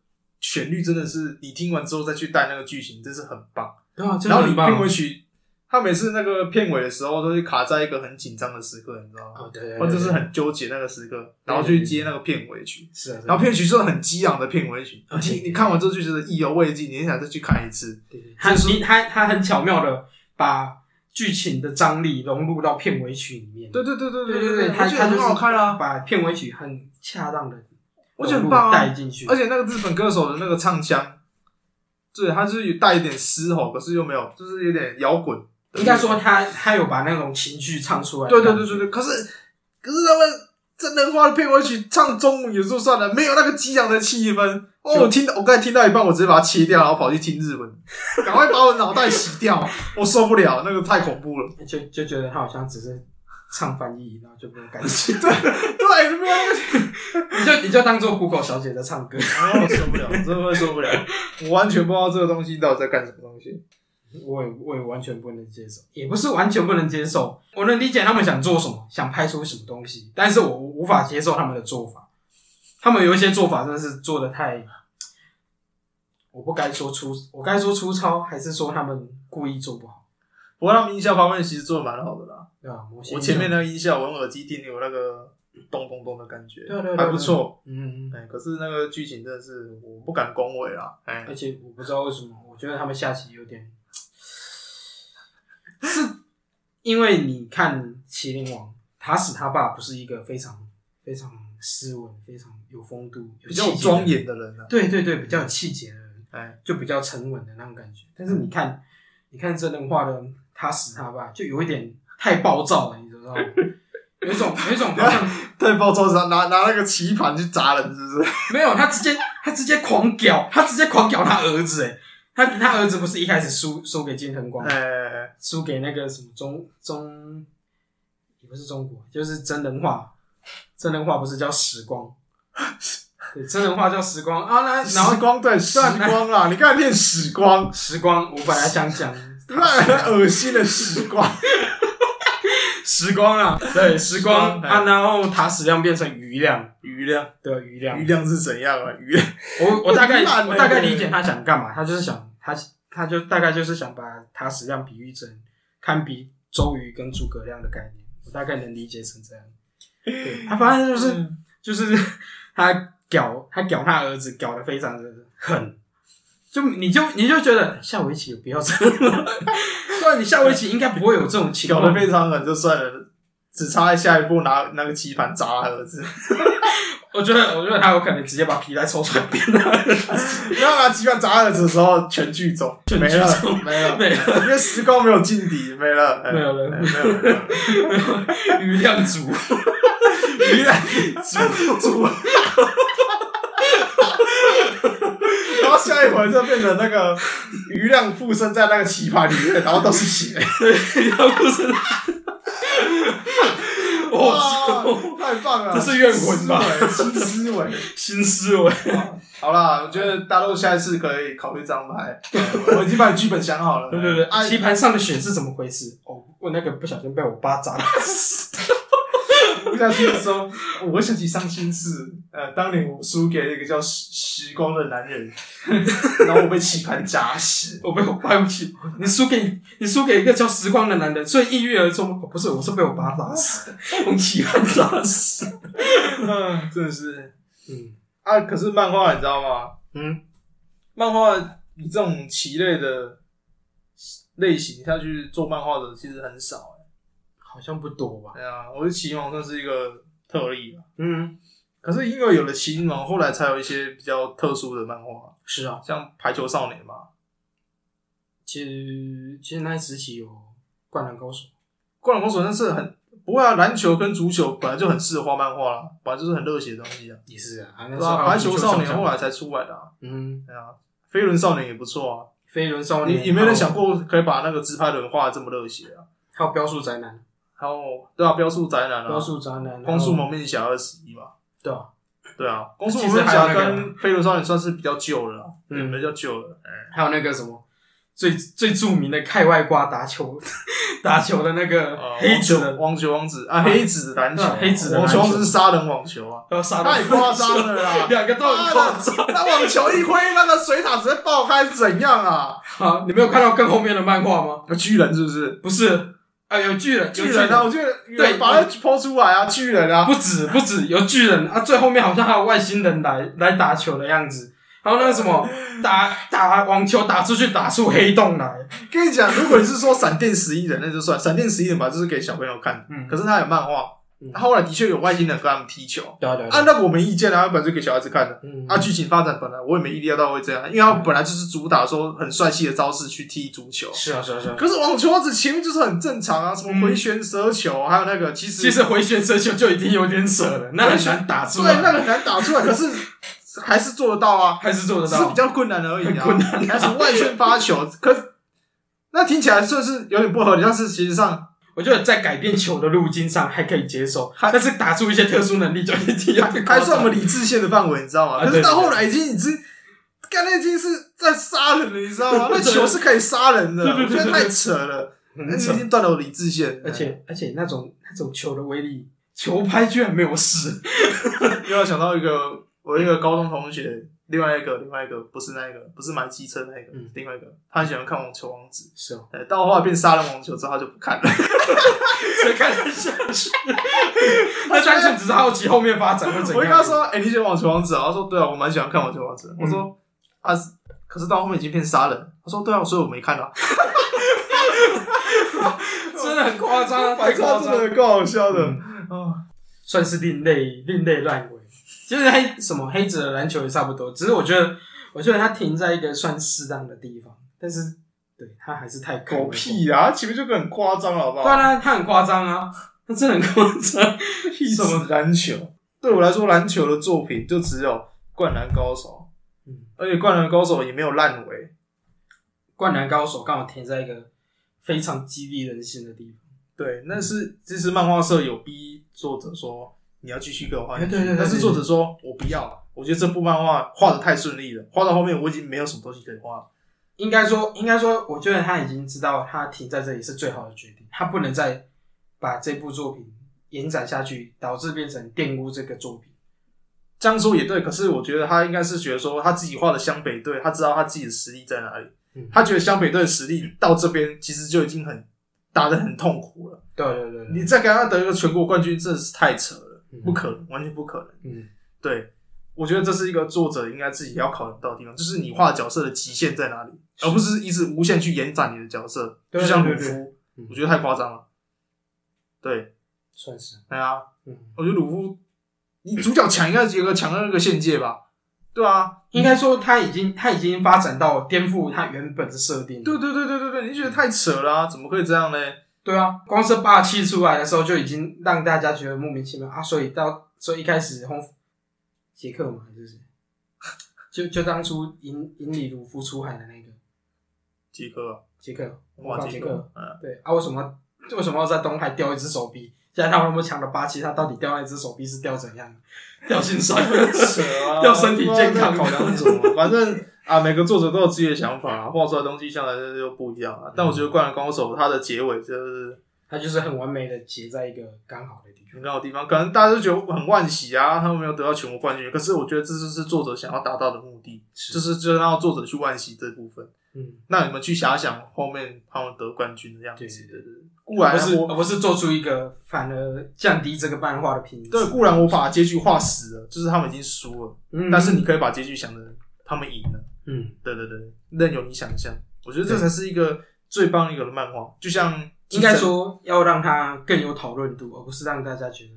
旋律真的是，你听完之后再去带那个剧情，真是很棒。
对啊，真的
然后你
很棒
片尾曲，他每次那个片尾的时候都会卡在一个很紧张的时刻，你知道吗？
哦，对对对
或者是很纠结那个时刻，然后去接那个片尾曲。
是啊，
然后
片
片尾曲是很激昂的片尾曲，
嗯
你听你看完之后就觉得意犹未尽，你很想再去看一次。
他你他他很巧妙的把剧情的张力融入到片尾曲里面，
对对对对
对
对
对，
我
他
觉
他
得
就
很
是
好看啊，
把片尾曲很恰当的
我觉得很棒
带
啊。
进去，
而且那个日本歌手的那个唱腔，对，他就是有带一点嘶吼，可是又没有，就是有点摇滚。
应该说他他有把那种情绪唱出来，
对对对对，对，可是可是他们真人化的片尾曲唱中文也就算了，没有那个激昂的气氛。哦，
就
我听到我刚才听到一半，我直接把它切掉，然后跑去听日文，赶快把我脑袋洗掉，我受不了，那个太恐怖了。
就就觉得他好像只是唱翻译，然后就没有
[laughs]
感觉，
对，没有那个，
你就你就当做虎口小姐在唱歌，
然后我受不了，真的会受不了，我完全不知道这个东西到底在干什么东西。
我也我也完全不能接受，也不是完全不能接受，我能理解他们想做什么，想拍出什么东西，但是我无法接受他们的做法，他们有一些做法真的是做的太，我不该说粗，我该说粗糙，还是说他们故意做不好？
不过他们音效方面其实做的蛮好的啦，
对吧？模型
我前面那个音效，我用耳机听有那个咚咚咚的感觉，
对对对
还不错。
嗯，嗯嗯
哎、可是那个剧情真的是我不敢恭维啦，哎、
而且我不知道为什么，我觉得他们下棋有点，是因为你看《麒麟王》，他使他爸不是一个非常非常斯文、非常有风度、有
比较有
气节的
庄严的人呢、啊。
对对对，比较有气节的人，
哎，
就比较沉稳的那种感觉。但是你看，你看真人化的他使他爸，就有一点太暴躁了，你知道吗？有一种有一种好像
太暴躁是吧拿拿那个棋盘去砸人，是不是？
没有，他直接他直接狂屌，他直接狂屌他儿子哎，他他儿子不是一开始输输给金藤光，
哎，
输给那个什么中中，也不是中国，就是真人化，真人化不是叫时光，对，真人化叫时光啊，那然
然后
后
光
[laughs]
对时
啊
光啦，你刚才念时光，
时光，我本来想讲
那很恶心的时光。
时光啊，对，时光
时光
啊，然后塔矢亮变成余亮，
余量，
对，余亮
余，量是怎样啊？余量，
我我大概
很烂欸
我大概理解他想干嘛，他就是想他他就大概就是想把塔矢亮比喻成堪比周瑜跟诸葛亮的概念，我大概能理解成这样。对，他反正就是、就是 [laughs] 他屌他屌他儿子屌的非常的狠，就你就你就觉得下围棋不要这 [laughs] 样，虽然你下围棋应该不会有这种情
搞
况，
得非常狠就算了，只差下一步拿那个棋盘砸他
[laughs]
儿子，
我觉得我觉得他有可能直接把皮带抽出来扁他。
然后拿啊棋盘砸他儿子的时候全剧终，
全
没
剧
了，
终
没
[laughs]
了，
没了
因为时光没有劲敌，没了，哎
没有了
哎没有了，
[laughs] 余亮 [laughs] 主，
余量猪猪。然后下一回就变成那个余量附身在那个棋盘里面，然后都是血，
余亮不是，
[laughs] 哇
哦，，
太棒了！
这是怨魂吧
新思维，新
新思维。
思维。哇好啦，我觉得大陆下一次可以考虑这样
[laughs]
拍，我已经把剧本想好了。
[laughs] 对对对，
啊
棋盘上的血是怎么回
哎
事？哦，我那个不小心被我爸砸了。
[laughs] 我想听说，我想起伤心事，呃，当年我输给了一个叫时时光的
[laughs]
男人，然后我被棋盘砸死。
我被我爸用气，你输给你输给一个叫时光的男人，所以一跃而终。哦不是，我是被我爸打
[laughs]
死的，用棋盘打死。
嗯，真的是
嗯
啊，可是漫画你知道吗？
嗯，
漫画你这种棋类的类型下去做漫画的其实很少、欸
好像不多吧
欸。？对啊，我觉得棋王算是一个特例吧。
嗯，
可是因为有了棋王，后来才有一些比较特殊的漫画，
是啊，
像《排球少年》嘛，
其实其实那时期有《灌篮高手》，
《灌篮高手》那是很不会啊，篮球跟足球本来就很适合画漫画啦，本来就是很热血的东西啊，
也是啊，那
对
时候
吧、
还有
排球少
足
年
球
后来才出来的、啊，
嗯，
对啊，飞轮少年也不错
飞轮少
啊，
年，
你也没人想过可以把那个直拍轮画的这么热血啊。
还有，还有标速宅男，
还有对啊，标速宅男啊，
标速宅男，
光速蒙面侠二十一嘛，
对啊，
对啊，公司
其
无
实
论
还有
侠
那个
跟飞轮少年算是比较旧了啊，
嗯
嗯，比较旧了。哎
还有那个什么最最著名的开外挂打球打球的那个
呃
黑子
网球
的，嗯
网球王子啊，黑子篮球，
黑子的
网
篮
球
球
王子是杀人网球啊，
然后杀到
太夸张了啦！
[laughs] 两个都很夸张。
那网球一挥，那个水塔直接爆开是怎样啊？
好，你没有看到更后面的漫画吗？
有巨人是不是？
不是，啊，有巨人，有
巨人啊！我觉得有人
对
把它剖出来啊，巨人啊！
不止不止有巨人啊，最后面好像还有外星人来来打球的样子。还有那个什
[laughs]
么打打网球打出去打出黑洞来，
跟你讲，如果你是说闪电十一人，那就算闪电十一人吧，就是给小朋友看。
嗯
可是他有漫画，
嗯
他后来的确有外星人跟他们踢球
对啊对
啊，，那个我没意见啊，本来就给小孩子看的。
嗯
啊，剧情发展本来我也没意料到会这样，因为他本来就是主打说很帅气的招式去踢足球。
是啊是啊是啊。
可是网球王子前面就是很正常啊，什么回旋蛇球，还有那个其实
其实回旋射球就已经有点扯了，那很难打出
对
来，
那个很难打出来，可是还是做得到啊，
还是做得
只是
到
比。较困难而已啊。
很困难啊
还是外旋发球，可是那听起来算是有点不合理，但是其实上
我觉得在改变球的路径上还可以接受，
还
但是打出一些特殊能力就已经有点夸
[laughs] 还算
张
我们理智线的范围，你知道吗？
啊
可
对对
是到
对
后来已经已经。干那已经是在杀人了，你知道 [laughs] 吗？那
对对对
球是可以杀人的，
对
我
对对
觉
对
得太扯了，那
很
已
扯。
经断了我理智线。
而且而且那种那种球的威力，球拍居然没有事，
又要想到一个，我一个高中同学，另外一个，另外一个不是那一个，不是买机车那一个，
嗯
另外一个，他很喜欢看网球王子，
是哦，
呃，到后来变杀人网球之后，他就不看 [laughs] 了。
谁看得下 [laughs] 去？那单纯只是好奇后面发展会怎样。
我跟他说，哎、你喜欢网球王子啊？他说，对啊，我蛮喜欢看网球王子的。
嗯
我说，啊，可是到后面已经变杀人。他说，对啊，所以我没看啊。
真的很夸张，太
反正
夸
他
张了，
真的够好笑的。哦，
算是另类另类烂尾。其实黑什么黑子的篮球也差不多，只是我觉得我觉得它停在一个算适当的地方，但是对它还是太
狗！屁啊！他前面就很夸张了，好不
对
好？
啊，它很夸张啊，它真的很夸张， [laughs] 屁
什么篮球？对我来说，篮球的作品就只有《灌篮高手》，
嗯
而且《灌篮高手》也没有烂尾。
灌篮高手刚好停在一个非常激励人心的地方。
对，那是其实漫画社有逼作者说你要继续给我画下去，
哎对对对对
但是作者说我不要了，我觉得这部漫画画的太顺利了，画到后面我已经没有什么东西可以画了。
应该说，应该说，我觉得他已经知道他停在这里是最好的决定，他不能再把这部作品延展下去，导致变成玷污这个作品。
这样说也对，可是我觉得他应该是觉得说他自己画的湘北队，他知道他自己的实力在哪里，
嗯
他觉得湘北队的实力到这边其实就已经很打得很痛苦了，
对对对嗯
你再给他得一个全国冠军，真的是太扯了，
你
不，可能，完全不可能。
嗯，
对，我觉得这是一个作者应该自己要考量到的地方，就是你画角色的极限在哪里，而不是一直无限去延展你的角色，
对
就像
对
鲁
对
夫
嗯，
我觉得太夸张了。对，
算是，
对啊，
嗯，
我觉得鲁夫，你主角强应该有个强的那个限界吧？对啊，
应该说他已经他已经发展到颠覆他原本的设定。
对对对对对对，你觉得太扯了、啊，怎么可以这样呢？
对啊，光是霸气出来的时候就已经让大家觉得莫名其妙啊，所以到所以一开始轰杰克嘛，就是 [laughs] 就就当初引引李鲁夫出海的那个
杰克，
杰克，
哇，
杰
杰克，嗯，
对啊，为什么为什么要在东海掉一只手臂？现在他有那么强的霸气，他到底掉那只手臂是掉怎样？ [laughs] 掉心
[laughs]
酸，
扯
[laughs]
啊
要身体健康
不知道在考量什么？反正啊，每个作者都有自己的想法、啊，画出来的东西向来就是又不一样啊。但我觉得
嗯
《灌篮高手》它的结尾就是。
他就是很完美的结在一个刚好的地方。
很高的地方，可能大家就觉得很惋惜啊，他们没有得到全国冠军。可是我觉得这就是作者想要达到的目的，
是
就是就是让作者去惋惜这部分。
嗯，
那你们去遐想后面他们得冠军的样子，
对对
对固然啊
而不是
我
而不是做出一个反而降低这个漫画的品质。
对固然我把结局画死了，就是他们已经输了，
嗯，
但是你可以把结局想的他们赢了。
嗯
对对对，任由你想象。我觉得这才是一个最棒一个的漫画，就像
应该说要让它更有讨论度，而不是让大家觉得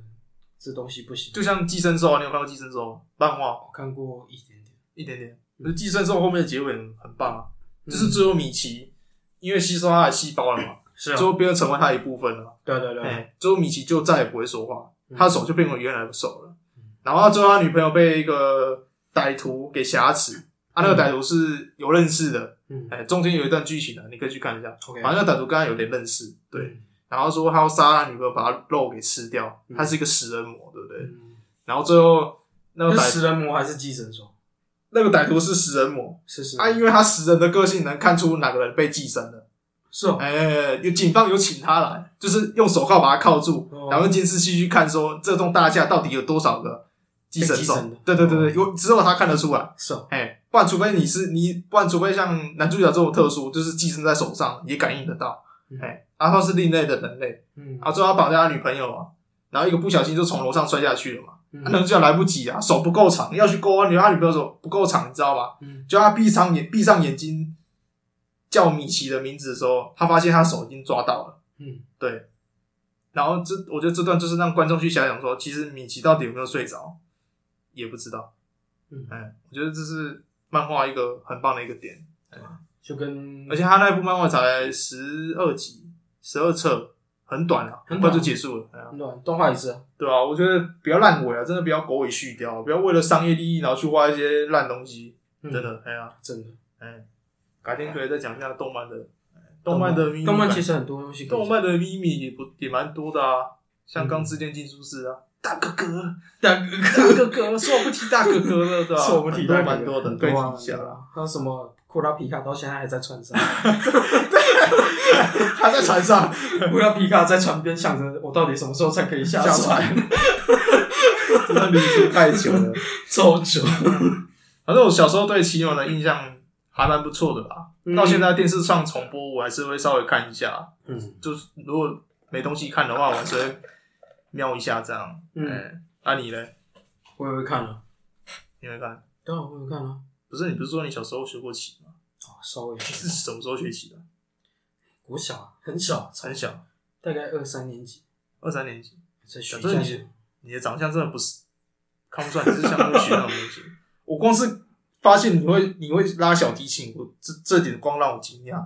这东西不行。
就像寄生兽啊，你有看过寄生兽吗漫画？
我看过一点点，
一点点，可是寄生兽后面的结尾很棒啊。就是
嗯
最后米奇因为吸收他的细
[clears throat]
胞了嘛，
是啊
最，后变成成为他的一部分了嘛。
对对
哎、
对，
最后米奇就再也不会说话，
嗯
他的手就变回原来的手了
嗯。
然后最后他女朋友被一个歹徒给挟持，他、那个
嗯
歹徒是有认识的，
嗯
哎、中间有一段剧情的、你可以去看一下。
，OK，
反正那个歹徒跟他有点认识，对。
嗯，
然后说他要杀他女朋友，把他肉给吃掉，
嗯
他是一个食人魔，对不对？
嗯
然后最后那个
是
歹
食人魔还是寄生虫？
那个歹徒是食人魔，
是是
啊，因为他食人的个性能看出哪个人被寄生了。
是哦，
哎，有警方有请他来，就是用手铐把他铐住，
哦
然后监视器去看说这栋大厦到底有多少个寄生
被寄
虫
生的。哦
对对对对，有只有他看得出来。
是哦，
哎，不然除非你是你，不然除非像男主角这种特殊，就是寄生在手上也感应得到
嗯。
哎，然后是另类的人类，
嗯
啊，最后他绑架他女朋友嘛，然后一个不小心就从楼上摔下去了嘛。啊男
嗯
主角来不及啊，手不够长，要去勾他啊女他女朋友手不够长，你知道吧？
嗯，
就他闭上眼闭上眼睛叫米奇的名字的时候，他发现他手已经抓到了。
嗯，
对。然后这我觉得这段就是让观众去遐想说，其实米奇到底有没有睡着，也不知道。
嗯
哎，我觉得这是漫画一个很棒的一个点，
就跟
而且他那部漫画才十二集、十二册，很短啊，
很短
很快就结束了，哎呀
很短动画也是啊，
对啊，我觉得不要烂尾啊，真的不要狗尾续貂，不要为了商业利益然后去画一些烂东西，
嗯
真的，哎呀，
真的。
哎，改天可以再讲一下动漫的，哎动漫的咪
动漫其
实
实很多东西可以讲，
动漫的咪咪也不也蛮多的啊，像
嗯
刚之炼金术士啊，大哥哥，
但
大哥哥，说不提大哥哥了， [laughs] 对吧？
嗯 [laughs] 是我们提到
很多蛮多的，可以提一下。
啊，还有什么库拉皮卡到现在还在船上，
他在船上，
[laughs] 库拉皮卡在船边想着我到底什么时候才可以下
下
船， [laughs]
真的旅途太久了。
周久，
反正我小时候对骑牛的印象还蛮不错的啦，到现在电视上重播，我还是会稍微看一下。
嗯
就是如果没东西看的话，我还是会瞄一下这样。
嗯
嗯，那、你呢？
我也会看了，
你会看？
当然我也会看了，啊
不是你不是说你小时候学过棋吗？
哦，稍微
你是什么时候学棋的？
我小啊，很小，
很，小，
大概二三年级
二三年级。
才学一
小时
下
候
棋，
你的长相真的不是看不出来你是像会学那种东西。 [laughs] 我光是发现你会你会拉小提琴，我这这点光让我惊 [laughs] 讶，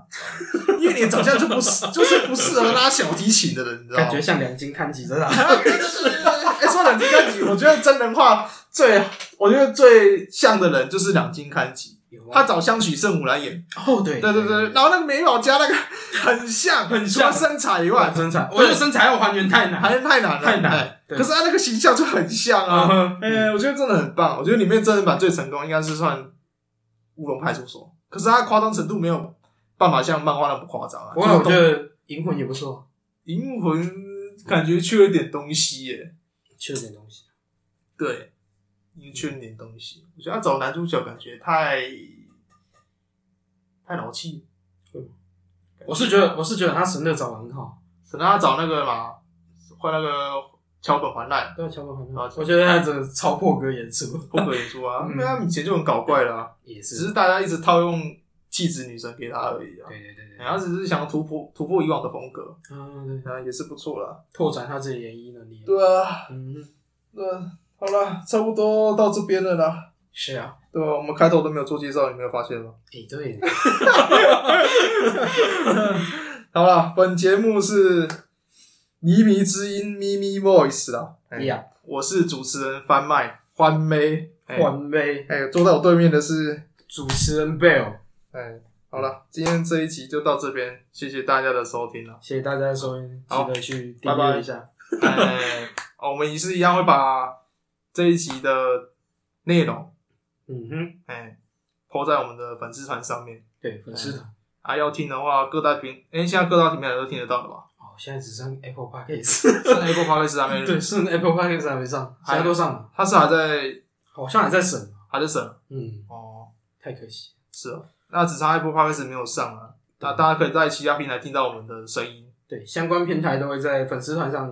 因为你的长相就不是就是不适合拉小提琴的人，你知道吗？
感觉像两斤看几真的啊， [laughs]
哎、说两金刊吉，我觉得真人化最，我觉得最像的人就是两金刊吉，
有
他
啊，
找香取慎吾来演，
哦对
对对对，对然后那个美宝家那个很像，
很
除了
像
身材以
对哇
外，
身材，我觉得身材要还原太难，
还是太难了，
太难
哎
对
可是他那个形象就很像啊，
啊，
哎、我觉得真的很棒。我觉得里面真人版最成功应该是算《乌龙派出所》，可是它夸张程度没有办法像漫画那么夸张啊。
不过我
就
觉
是动
得银魂也不错，
银魂感觉缺了点东西耶，
缺了点东西，啊
对，因为缺了点东西。我觉得他找男主角感觉太太老气，
我是觉得我是觉得他神乐找的很好。
可能他找那个嘛，换那个桥本环奈
对，桥本环
啊
奈，我觉得他这个超破格演出
不可演出啊，
嗯
因为他以前就很搞怪啦、
也
只是大家一直套用气质女神给他而已啊。
对对对对，
然后只是想要突破突破以往的风格，
嗯对，
啊，也是不错啦。
拓展他自己的演绎能力。，
对啊，
嗯，
那好啦，差不多到这边了啦，
是啊，
对吧？我们开头都没有做介绍，你没有发现吗？
诶哎对，
好啦，本节目是靡靡之音咪咪 Voice 啦，哎
呀，
我是主持人番麦欢妹，哎
换妹
哎，坐在我对面的是，
主持人 Bell，
哎，好了，今天这一集就到这边，谢谢大家的收听啦。
谢谢大家的收听，记
好
得去
拜
订
拜
阅一下。
哎， [laughs] 哦我们也是一样会把这一集的内容。
嗯哼，哎
哎，抛在我们的粉丝团上面。
对，粉丝团。
啊，要听的话，各大平，哎、现在各大平台都听得到了吧？
哦，现在只剩 Apple [laughs] Podcast，
是 Apple Podcast 上面，
对，，剩 Apple Podcast 还没上，其
还
他都上了，
它是还在
好像还在审。啊
还在审
嗯，
哦，
太可惜。
是哦，那只差 Apple Podcast 没有上啊。那大家可以在其他平台听到我们的声音。
对，相关平台都会在粉丝团上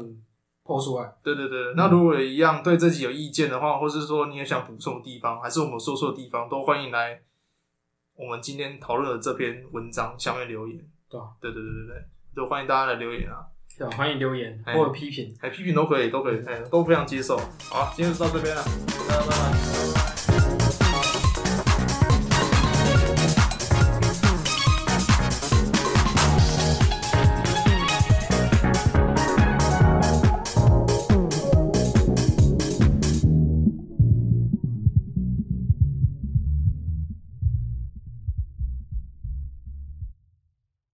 抛出来。
对对对，那如果一样对这集有意见的话，或是说你也想补充的地方，还是我们说错的地方，都欢迎来我们今天讨论的这篇文章下面留言。
对啊
对对对对对，就欢迎大家来留言啊。
对，欢迎留言
哎
或者批评。
哎，批评都可以，都可以，哎，都非常接受。好，今天就到这边了，大家拜拜。